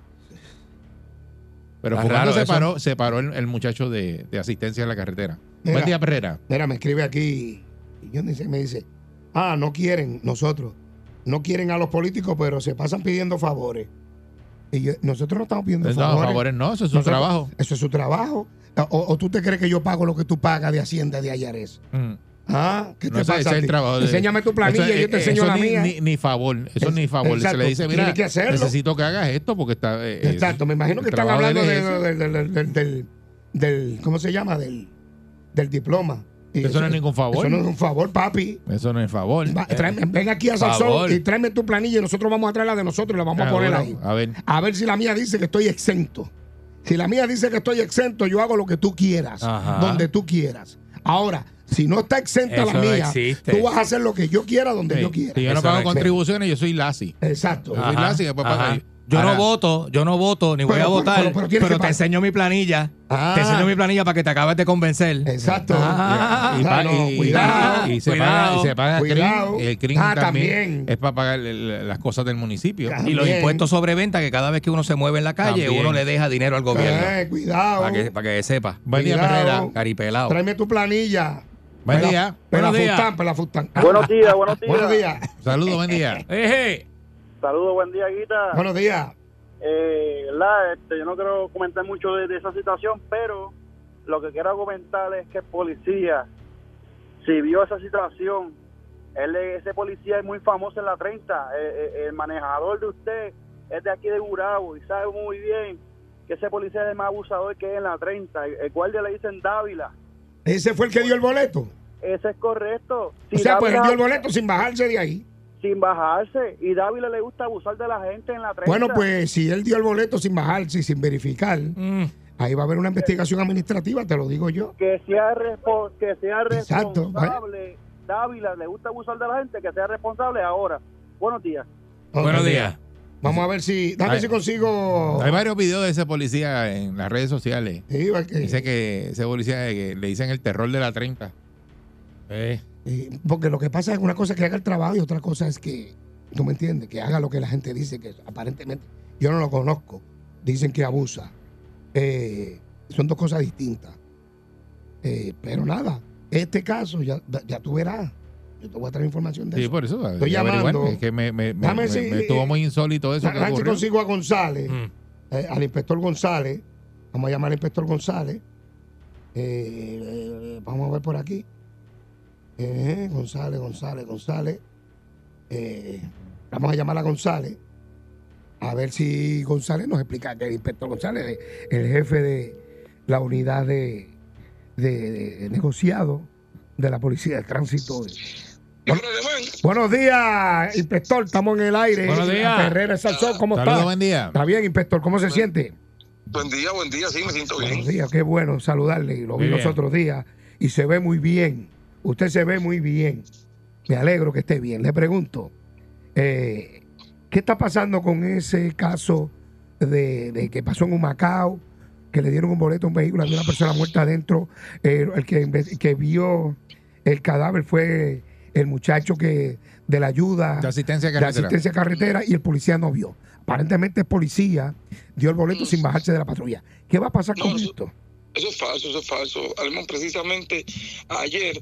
Speaker 2: Pero
Speaker 3: Está
Speaker 2: fue cuando
Speaker 3: raro
Speaker 2: se
Speaker 3: eso.
Speaker 2: paró, se paró el, el muchacho de, de asistencia en la carretera.
Speaker 4: Mira.
Speaker 2: Buen día, Perrera.
Speaker 4: Mira, me escribe aquí. Y yo dice, me dice, ah, no quieren nosotros. No quieren a los políticos, pero se pasan pidiendo favores. Y yo, nosotros no estamos pidiendo
Speaker 2: No,
Speaker 4: favores.
Speaker 2: favores no, eso es su
Speaker 4: Nosotros-
Speaker 2: trabajo.
Speaker 4: Eso es su trabajo. O, o tú te crees que yo pago lo que tú pagas de Hacienda de Ayares.
Speaker 2: Mm.
Speaker 4: Ah, ¿qué
Speaker 2: No,
Speaker 4: te
Speaker 2: ese-
Speaker 4: pasa?
Speaker 2: ese
Speaker 4: a
Speaker 2: es el
Speaker 4: ti?
Speaker 2: trabajo de-
Speaker 4: Enséñame tu planilla,
Speaker 2: Eso,
Speaker 4: yo te
Speaker 2: eh,
Speaker 4: enseño
Speaker 2: eso
Speaker 4: la
Speaker 2: ni,
Speaker 4: mía.
Speaker 2: Ni, ni favor, eso
Speaker 4: Es-
Speaker 2: ni favor.
Speaker 4: exacto,
Speaker 2: se le dice, mira,
Speaker 4: tiene que hacerlo.
Speaker 2: necesito que hagas esto porque está. eh, es-
Speaker 4: Exacto, me imagino que
Speaker 2: el
Speaker 4: están
Speaker 2: trabajo
Speaker 4: hablando
Speaker 2: él
Speaker 4: de-
Speaker 2: es ese.
Speaker 4: del, del- del- del- del- ¿cómo se llama? Del, del diploma. Y
Speaker 2: Eso no es ningún favor.
Speaker 4: Eso no es un favor, papi.
Speaker 2: Eso no es favor.
Speaker 4: Va, tráeme- ven aquí a Salsón
Speaker 3: favor.
Speaker 4: y tráeme tu
Speaker 2: Ah,
Speaker 4: planilla y nosotros vamos a traer la de nosotros y la vamos a poner ahí.
Speaker 2: Seguro. A ver.
Speaker 4: A ver si la mía dice que estoy exento. Si la mía dice que estoy exento, yo hago lo que tú quieras,
Speaker 3: Ajá.
Speaker 4: donde tú quieras. Ahora, si no está exenta
Speaker 3: Eso
Speaker 4: la
Speaker 3: no
Speaker 4: mía,
Speaker 3: existe.
Speaker 4: tú vas a hacer lo que yo quiera, donde
Speaker 2: Sí.
Speaker 4: yo quiera.
Speaker 2: Si yo no
Speaker 3: Eso
Speaker 2: pago
Speaker 3: no existe.
Speaker 2: contribuciones, Ah. yo soy lazy.
Speaker 4: Exacto.
Speaker 2: Yo soy
Speaker 3: Ajá,
Speaker 2: lazy y después pago
Speaker 3: ajá.
Speaker 2: yo.
Speaker 3: Yo
Speaker 2: Ahora,
Speaker 3: no voto, yo no voto, ni voy
Speaker 4: Pero-
Speaker 3: a
Speaker 4: pero-
Speaker 3: votar,
Speaker 4: pero-
Speaker 3: pero,
Speaker 4: pero tienes que
Speaker 3: te
Speaker 4: pagar.
Speaker 3: enseño mi planilla.
Speaker 4: Ah.
Speaker 3: Te enseño mi planilla para que te acabes de convencer.
Speaker 4: Exacto.
Speaker 3: Ah,
Speaker 2: Y,
Speaker 4: Ah,
Speaker 2: pa-
Speaker 4: no,
Speaker 2: y- y-
Speaker 4: cuidado, Eh,
Speaker 2: y se
Speaker 3: cuidado,
Speaker 2: paga, y se paga
Speaker 4: cuidado.
Speaker 2: crin, el crin
Speaker 4: Ah,
Speaker 2: también,
Speaker 4: también.
Speaker 2: es para pagar el- las cosas del municipio.
Speaker 4: Claro.
Speaker 3: Y los
Speaker 4: También.
Speaker 3: impuestos sobre venta, que cada vez que uno se mueve en la calle,
Speaker 2: También.
Speaker 3: uno le deja dinero al gobierno.
Speaker 4: Eh, cuidado.
Speaker 3: Para que, para que sepa.
Speaker 2: Buen día,
Speaker 4: Cuidado.
Speaker 2: Herrera.
Speaker 3: Caripelado.
Speaker 4: Tráeme tu planilla.
Speaker 2: Buen
Speaker 4: Pela-
Speaker 2: día.
Speaker 4: Pela
Speaker 3: Buenos días.
Speaker 4: Fustán, pela Fustán. Ah,
Speaker 5: Buenos días, buenos días.
Speaker 4: Buenos días.
Speaker 2: Saludos, buen
Speaker 3: Eh,
Speaker 2: día.
Speaker 3: Eje.
Speaker 5: Saludos, buen día, Guita.
Speaker 4: Buenos días.
Speaker 5: Eh, la, este, yo no quiero comentar mucho de, de esa situación, pero lo que quiero comentar es que el policía, si vio esa situación, él, es- ese policía es muy famoso en la 30, eh, eh, el manejador de usted es de aquí de Burabo y sabe muy bien que ese policía es el más abusador que es en la 30, el, el guardia le dicen Dávila,
Speaker 4: Ese fue el que dio el boleto.
Speaker 5: ese es correcto. Si
Speaker 4: o sea, pues él
Speaker 5: Dávila-
Speaker 4: dio el boleto sin bajarse de ahí.
Speaker 5: sin bajarse, y Dávila le gusta abusar de la gente en la 30.
Speaker 4: Bueno, pues si él dio el boleto sin bajarse y sin verificar,
Speaker 3: Mm.
Speaker 4: ahí va a haber una investigación administrativa, te lo digo yo.
Speaker 5: que sea, respo- que sea
Speaker 4: Exacto,
Speaker 5: responsable. Dávila, le gusta abusar de la gente, que sea responsable ahora. Buenos días.
Speaker 3: Buenos días.
Speaker 4: Vamos a ver si, dame
Speaker 2: Ay.
Speaker 4: si consigo.
Speaker 2: Hay varios videos de ese policía en las redes sociales.
Speaker 4: Sí, porque,
Speaker 2: Dice que ese policía de que le dicen el terror de la 30.
Speaker 4: eh, porque lo que pasa es que una cosa es que haga el trabajo y otra cosa es que, tú me entiendes, que haga lo que la gente dice, que aparentemente yo no lo conozco. Dicen que abusa. Eh, son dos cosas distintas. Eh, pero nada, este caso ya, ya tú verás. Yo te voy a traer información de
Speaker 2: Sí,
Speaker 4: eso.
Speaker 2: por eso.
Speaker 4: Estoy
Speaker 2: ya averiguar,
Speaker 4: llamando.
Speaker 2: Es que me, me- me-
Speaker 4: Dame
Speaker 2: me-
Speaker 4: si-
Speaker 2: me estuvo muy insólito eso que
Speaker 4: Ahora, si
Speaker 2: ocurrió.
Speaker 4: consigo a González,
Speaker 3: Mm.
Speaker 4: eh, al inspector González, vamos a llamar al inspector González. Eh, eh, vamos a ver por aquí. Eh, González, González, González. Eh, vamos a llamar a González. A ver si González nos explica que el inspector González, el jefe de la unidad de, de- de negociado de la Policía de Tránsito. Buenos días, inspector. Estamos en el aire.
Speaker 3: Buenos días.
Speaker 4: Herrera Salsón, ¿cómo
Speaker 2: Saludos,
Speaker 4: está?
Speaker 2: buen día.
Speaker 4: Está bien, inspector, ¿cómo se siente?
Speaker 13: Buen día, buen día, sí, me siento
Speaker 4: Buenos
Speaker 13: bien.
Speaker 4: días, qué bueno saludarle. Lo
Speaker 3: Muy
Speaker 4: vi los
Speaker 3: bien.
Speaker 4: otros días y se ve muy bien. Usted se ve muy bien. Me alegro que esté bien. Le pregunto, eh, ¿qué está pasando con ese caso de, de que pasó en un Macao? Que le dieron un boleto a un vehículo, había una persona muerta adentro. Eh, el que, inve- que vio el cadáver fue el muchacho que de la ayuda
Speaker 2: De asistencia
Speaker 4: de
Speaker 2: carretera.
Speaker 4: asistencia a carretera y el policía no vio. Aparentemente el policía dio el boleto
Speaker 2: Mm.
Speaker 4: sin bajarse de la patrulla. ¿Qué va a pasar
Speaker 13: No,
Speaker 4: con
Speaker 13: eso-
Speaker 4: esto?
Speaker 13: Eso es falso, eso es falso. Alman, precisamente ayer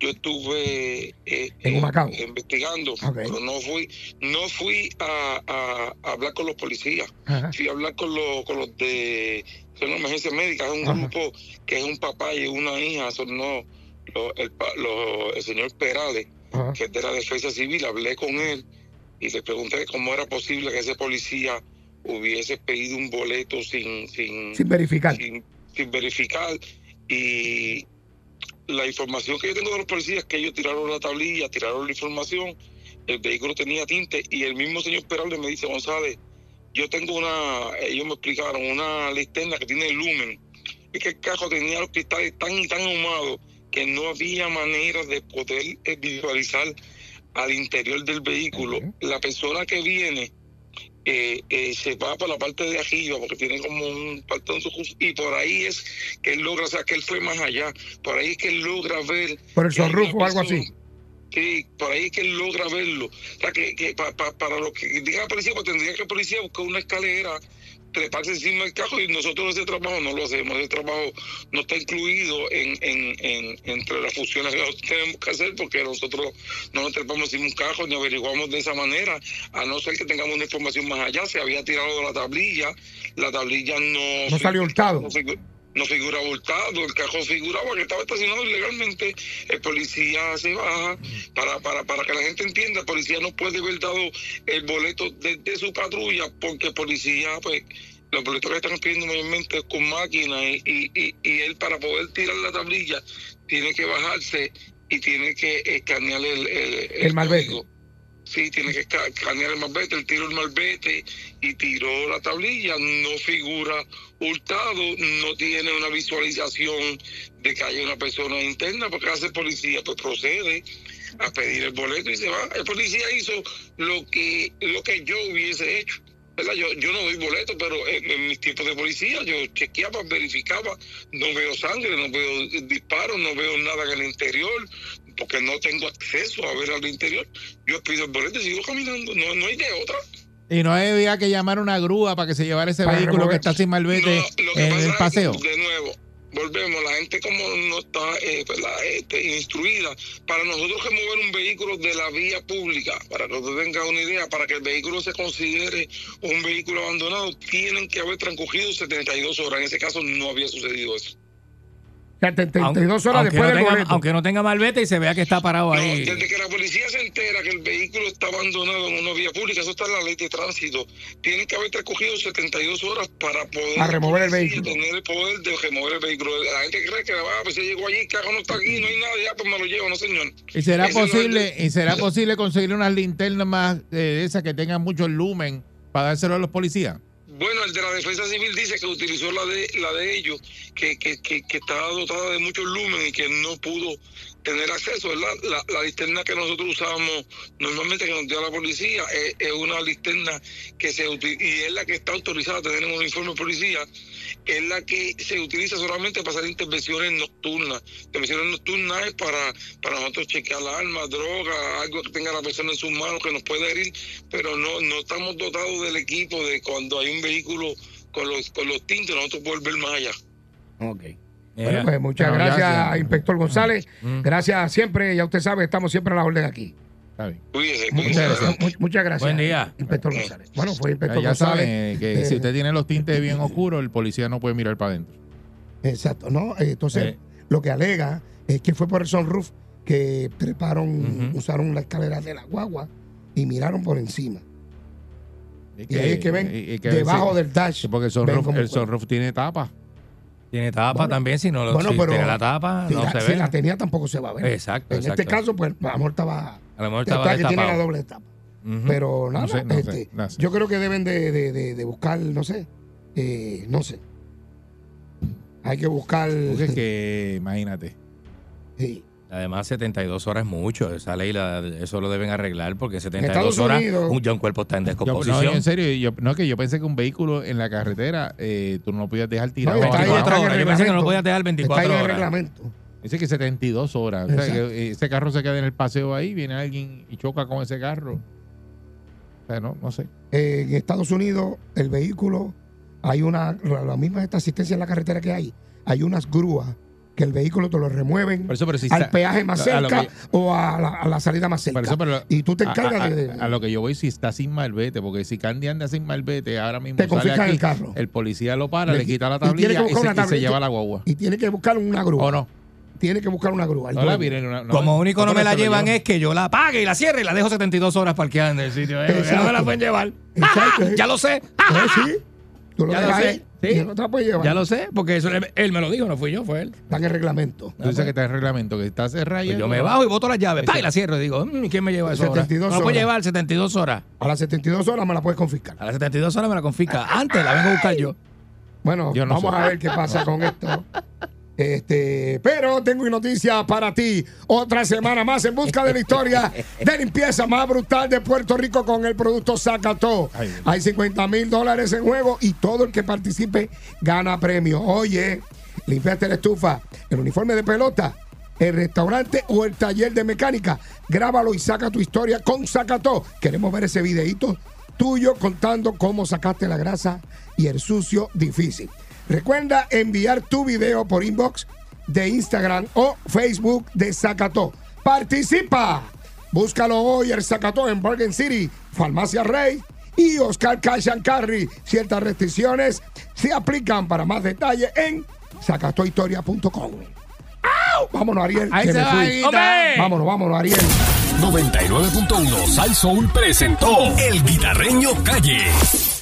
Speaker 13: yo estuve eh,
Speaker 4: En
Speaker 13: eh,
Speaker 4: Humacao.
Speaker 13: investigando,
Speaker 4: Ok.
Speaker 13: pero no fui, no fui a, a- a hablar con los policías,
Speaker 4: Ajá.
Speaker 13: fui a hablar con los, con los de, son una emergencia médica, es un
Speaker 4: Ajá.
Speaker 13: grupo que es un papá y una hija, son no, lo- el, pa- lo- el señor Perales,
Speaker 4: Ajá.
Speaker 13: que es de la defensa civil, hablé con él y le pregunté cómo era posible que ese policía hubiese pedido un boleto sin, sin,
Speaker 4: Sin verificar.
Speaker 13: sin, sin verificar. Y la información que yo tengo de los policías es que ellos tiraron la tablilla, tiraron la información, el vehículo tenía tinte y el mismo señor Perales me dice, González, yo tengo una, ellos me explicaron, una linterna que tiene lumen. Es que el carro tenía los cristales tan y tan ahumados que no había manera de poder eh, visualizar al interior del vehículo. La persona que viene eh, eh, se va para la parte de arriba porque tiene como un partón su- y por ahí es que él logra, o sea, que él fue más allá, por ahí es que él logra ver
Speaker 4: Por el
Speaker 13: que hay una
Speaker 4: sorrufo o algo
Speaker 13: persona.
Speaker 4: así.
Speaker 13: Sí, por ahí es que él logra verlo. O sea, que, que pa- pa- para lo que diga la policía, pues tendría que la policía buscar una escalera, treparse encima del carro y nosotros ese trabajo no lo hacemos. Ese trabajo no está incluido en, en- en- entre las funciones que nosotros tenemos que hacer porque nosotros no nos trepamos encima de un carro ni averiguamos de esa manera, a no ser que tengamos una información más allá. Se había tirado de la tablilla, la tablilla no...
Speaker 4: No salió hurtado.
Speaker 13: No, figu- no figura voltado, el cajón figuraba que estaba estacionado ilegalmente. El policía se baja para, para, para que la gente entienda. El policía no puede haber dado el boleto desde su patrulla porque el policía, pues, los boletos que están pidiendo mayormente es con máquina y, y, y- y él para poder tirar la tablilla tiene que bajarse y tiene que escanear el, el,
Speaker 4: El malvete.
Speaker 13: código. Sí, tiene que esca- escanear el malvete, él tiró el malvete y tiró la tablilla, no figura hurtado, no tiene una visualización de que haya una persona interna, porque hace el policía, pues procede a pedir el boleto y se va. El policía hizo lo que, lo que yo hubiese hecho. ¿verdad? Yo, yo no doy boleto, pero en, en mis tiempos de policía yo chequeaba, verificaba, no veo sangre, no veo eh, disparos, no veo nada en el interior, porque no tengo acceso a ver al interior. Yo pido el boleto y sigo caminando, no, no hay de otra.
Speaker 2: Y no había que llamar una grúa para que se llevara ese vehículo que está sin malvete en el paseo.
Speaker 13: De nuevo, volvemos, la gente como no está eh, ¿verdad? Este, instruida, para nosotros que mover un vehículo de la vía pública, para que usted tenga una idea, para que el vehículo se considere un vehículo abandonado, tienen que haber transcurrido 72 horas. En ese caso no había sucedido eso.
Speaker 9: 72 horas
Speaker 14: Aunque no
Speaker 9: después del
Speaker 14: tenga-
Speaker 9: boleto.
Speaker 14: Aunque no tenga malvete y se vea que está parado ahí.
Speaker 13: Desde que la policía se entera que el vehículo está abandonado en una vía pública, eso está en la ley de tránsito, tienen que haber transcurrido 72 horas para poder
Speaker 9: Para remover el
Speaker 13: la policía
Speaker 9: vehículo.
Speaker 13: tener el poder de remover el vehículo. La gente cree que ah, pues ya llegó allí, el carro no está aquí, no hay nada, ya pues me lo llevo, no señor.
Speaker 2: ¿Y será
Speaker 13: Ese no es el-
Speaker 2: posible y será posible conseguir unas linternas más eh, de esas que tengan mucho lumen para dárselo a los policías?
Speaker 13: Bueno, el de la defensa civil dice que utilizó la de la de ellos, que, que, que, que estaba dotada de muchos lumen y que no pudo tener acceso, ¿verdad? La, la linterna que nosotros usamos normalmente que nos dio la policía eh, es, es una linterna que se utiliza y es la que está autorizada a tener en un uniforme de policía, es la que se utiliza solamente para hacer intervenciones nocturnas. Intervenciones nocturnas es para, para nosotros chequear la arma, droga, algo que tenga la persona en sus manos que nos pueda herir, pero no, no estamos dotados del equipo de cuando hay un vehículo con los, con los tintes, nosotros podemos ver más allá.
Speaker 9: Ok. Bueno,
Speaker 2: Eh,
Speaker 9: pues muchas
Speaker 13: Bueno,
Speaker 9: gracias,
Speaker 13: gracias.
Speaker 9: Inspector González.
Speaker 13: Mm.
Speaker 9: Gracias siempre, ya usted sabe, estamos siempre a la orden aquí.
Speaker 2: Muchas gracias.
Speaker 9: Mu- Muchas gracias.
Speaker 2: Buen día.
Speaker 9: Inspector González. Bueno, fue
Speaker 2: Ya,
Speaker 9: Inspector
Speaker 2: ya
Speaker 9: González.
Speaker 2: saben eh, que
Speaker 9: Eh,
Speaker 2: si usted tiene los tintes bien oscuros, el policía no puede mirar para adentro.
Speaker 4: Exacto, ¿no? Eh, Entonces,
Speaker 2: Eh.
Speaker 4: lo que alega es que fue por el sunroof que treparon, usaron la escalera de la guagua y miraron por encima. Y ahí es que ven debajo del dash.
Speaker 2: Porque
Speaker 4: ven
Speaker 2: el sunroof,
Speaker 4: cómo
Speaker 2: el
Speaker 4: fue.
Speaker 2: sunroof tiene tapa.
Speaker 14: Tiene tapa también, si no lo
Speaker 4: bueno,
Speaker 14: si
Speaker 4: pero
Speaker 14: tiene la tapa,
Speaker 4: si
Speaker 14: no
Speaker 4: la,
Speaker 14: se
Speaker 4: si
Speaker 14: ve.
Speaker 4: la tenía tampoco se va a ver.
Speaker 14: Exacto,
Speaker 4: En
Speaker 14: exacto.
Speaker 4: este caso, pues, a lo mejor estaba...
Speaker 14: A lo mejor
Speaker 4: está
Speaker 14: estaba
Speaker 4: que tiene la
Speaker 14: destapado.
Speaker 4: doble tapa. Pero nada,
Speaker 14: sé, no sé,
Speaker 4: este,
Speaker 14: no sé.
Speaker 4: yo creo que deben de, de- de- de buscar, no sé, eh, no sé. Hay que buscar...
Speaker 14: Porque es
Speaker 2: que, imagínate.
Speaker 4: Sí.
Speaker 14: Además, 72 horas es mucho. Esa ley, la- eso lo deben arreglar porque 72
Speaker 2: Estados
Speaker 14: horas
Speaker 2: Unidos-
Speaker 14: un, ya un cuerpo está en
Speaker 2: Yo-
Speaker 14: descomposición.
Speaker 2: no, yo en serio, yo, no, que yo pensé que un vehículo en la carretera eh, tú no lo podías dejar tirado.
Speaker 14: No, está ahí,
Speaker 2: 24
Speaker 14: está en el
Speaker 2: horas. Yo pensé que no
Speaker 14: reglamento.
Speaker 2: lo podías dejar
Speaker 14: Está
Speaker 2: 24
Speaker 14: ahí en el
Speaker 2: horas.
Speaker 14: reglamento.
Speaker 2: Dice que 72 horas. O sea,
Speaker 14: Exacto.
Speaker 2: que, eh, ese carro se queda en el paseo ahí, viene alguien y choca con ese carro. O sea, no, no sé.
Speaker 4: Eh, en Estados Unidos, el vehículo, hay una, la la misma esta asistencia en la carretera que hay, hay unas grúas que el vehículo te lo remueven
Speaker 2: Por eso, pero si
Speaker 4: al
Speaker 2: está-
Speaker 4: peaje más
Speaker 2: a lo
Speaker 4: cerca
Speaker 2: que-
Speaker 4: o a la, a la salida más cerca.
Speaker 2: Por eso, pero-
Speaker 4: y tú te
Speaker 2: a-
Speaker 4: encargas
Speaker 2: a,
Speaker 4: de- de...
Speaker 2: a lo que yo voy si está sin malvete, porque si Candy anda sin malvete, ahora mismo
Speaker 4: Te
Speaker 2: sale
Speaker 4: confiscan
Speaker 2: aquí,
Speaker 4: el carro.
Speaker 2: El policía lo para,
Speaker 4: Le
Speaker 2: le,
Speaker 4: qui-
Speaker 2: quita la
Speaker 4: y tiene que
Speaker 2: tablilla y,
Speaker 4: buscar
Speaker 2: se,
Speaker 4: una
Speaker 2: y se
Speaker 4: tablilla.
Speaker 2: lleva la guagua.
Speaker 4: y tiene que buscar una grúa.
Speaker 2: ¿O no?
Speaker 4: Tiene que buscar una grúa. el
Speaker 2: No la
Speaker 4: dueño.
Speaker 2: vienen, no- no-
Speaker 14: Como único no
Speaker 2: ¿Cómo
Speaker 14: me la
Speaker 2: se lo
Speaker 14: llevan
Speaker 2: llevan?
Speaker 14: es que yo la apague y la cierre y la dejo 72 horas parqueada en el sitio. eh, porque no me la pueden llevar.
Speaker 4: Exacto.
Speaker 14: Ya lo sé.
Speaker 4: Ah, sí. Tú lo
Speaker 14: ya lo
Speaker 4: dejas
Speaker 14: sé.
Speaker 4: ahí
Speaker 14: sí.
Speaker 4: y no te la puedes llevar.
Speaker 14: Ya lo sé, porque eso él, él me lo dijo, no fui yo, fue él.
Speaker 4: Está en el reglamento.
Speaker 2: Tú dices que está en el reglamento, que está cerrado.
Speaker 14: Pues yo me bajo y boto las llaves. Pa, y la cierro y digo, "Mm, ¿quién me lleva eso? ahora?"
Speaker 4: 72
Speaker 14: No la puede
Speaker 4: horas.
Speaker 14: llevar 72 horas.
Speaker 4: A las 72 horas me la puedes confiscar.
Speaker 14: A las 72 horas me la confisca. Antes la vengo a buscar yo.
Speaker 4: Bueno,
Speaker 14: Yo no
Speaker 4: vamos
Speaker 14: sé.
Speaker 4: a ver qué pasa con esto. Este, pero tengo noticias para ti. Otra semana más en busca de la historia de limpieza más brutal de Puerto Rico con el producto Zacató. Hay 50 mil dólares en juego y todo el que participe gana premio. Oye, limpiaste la estufa, el uniforme de pelota el restaurante o el taller de mecánica. Grábalo y saca tu historia con Zacató. Queremos ver ese videíto tuyo contando cómo sacaste la grasa y el sucio difícil. Recuerda enviar tu video por inbox de Instagram o Facebook de Zacató. ¡Participa! Búscalo hoy el Zacató en Bargain City, Farmacia Rey y Oscar Cash and Carry. Ciertas restricciones se aplican para más detalle en zacatohistoria.com. ¡Au! Vámonos, Ariel.
Speaker 1: Ahí
Speaker 4: que
Speaker 1: se
Speaker 4: me
Speaker 1: va,
Speaker 4: fui.
Speaker 1: Arielita. ¡Hombre!
Speaker 4: Vámonos, vámonos, Ariel.
Speaker 1: 99.1 Sal Soul presentó El Guitarreño Calle.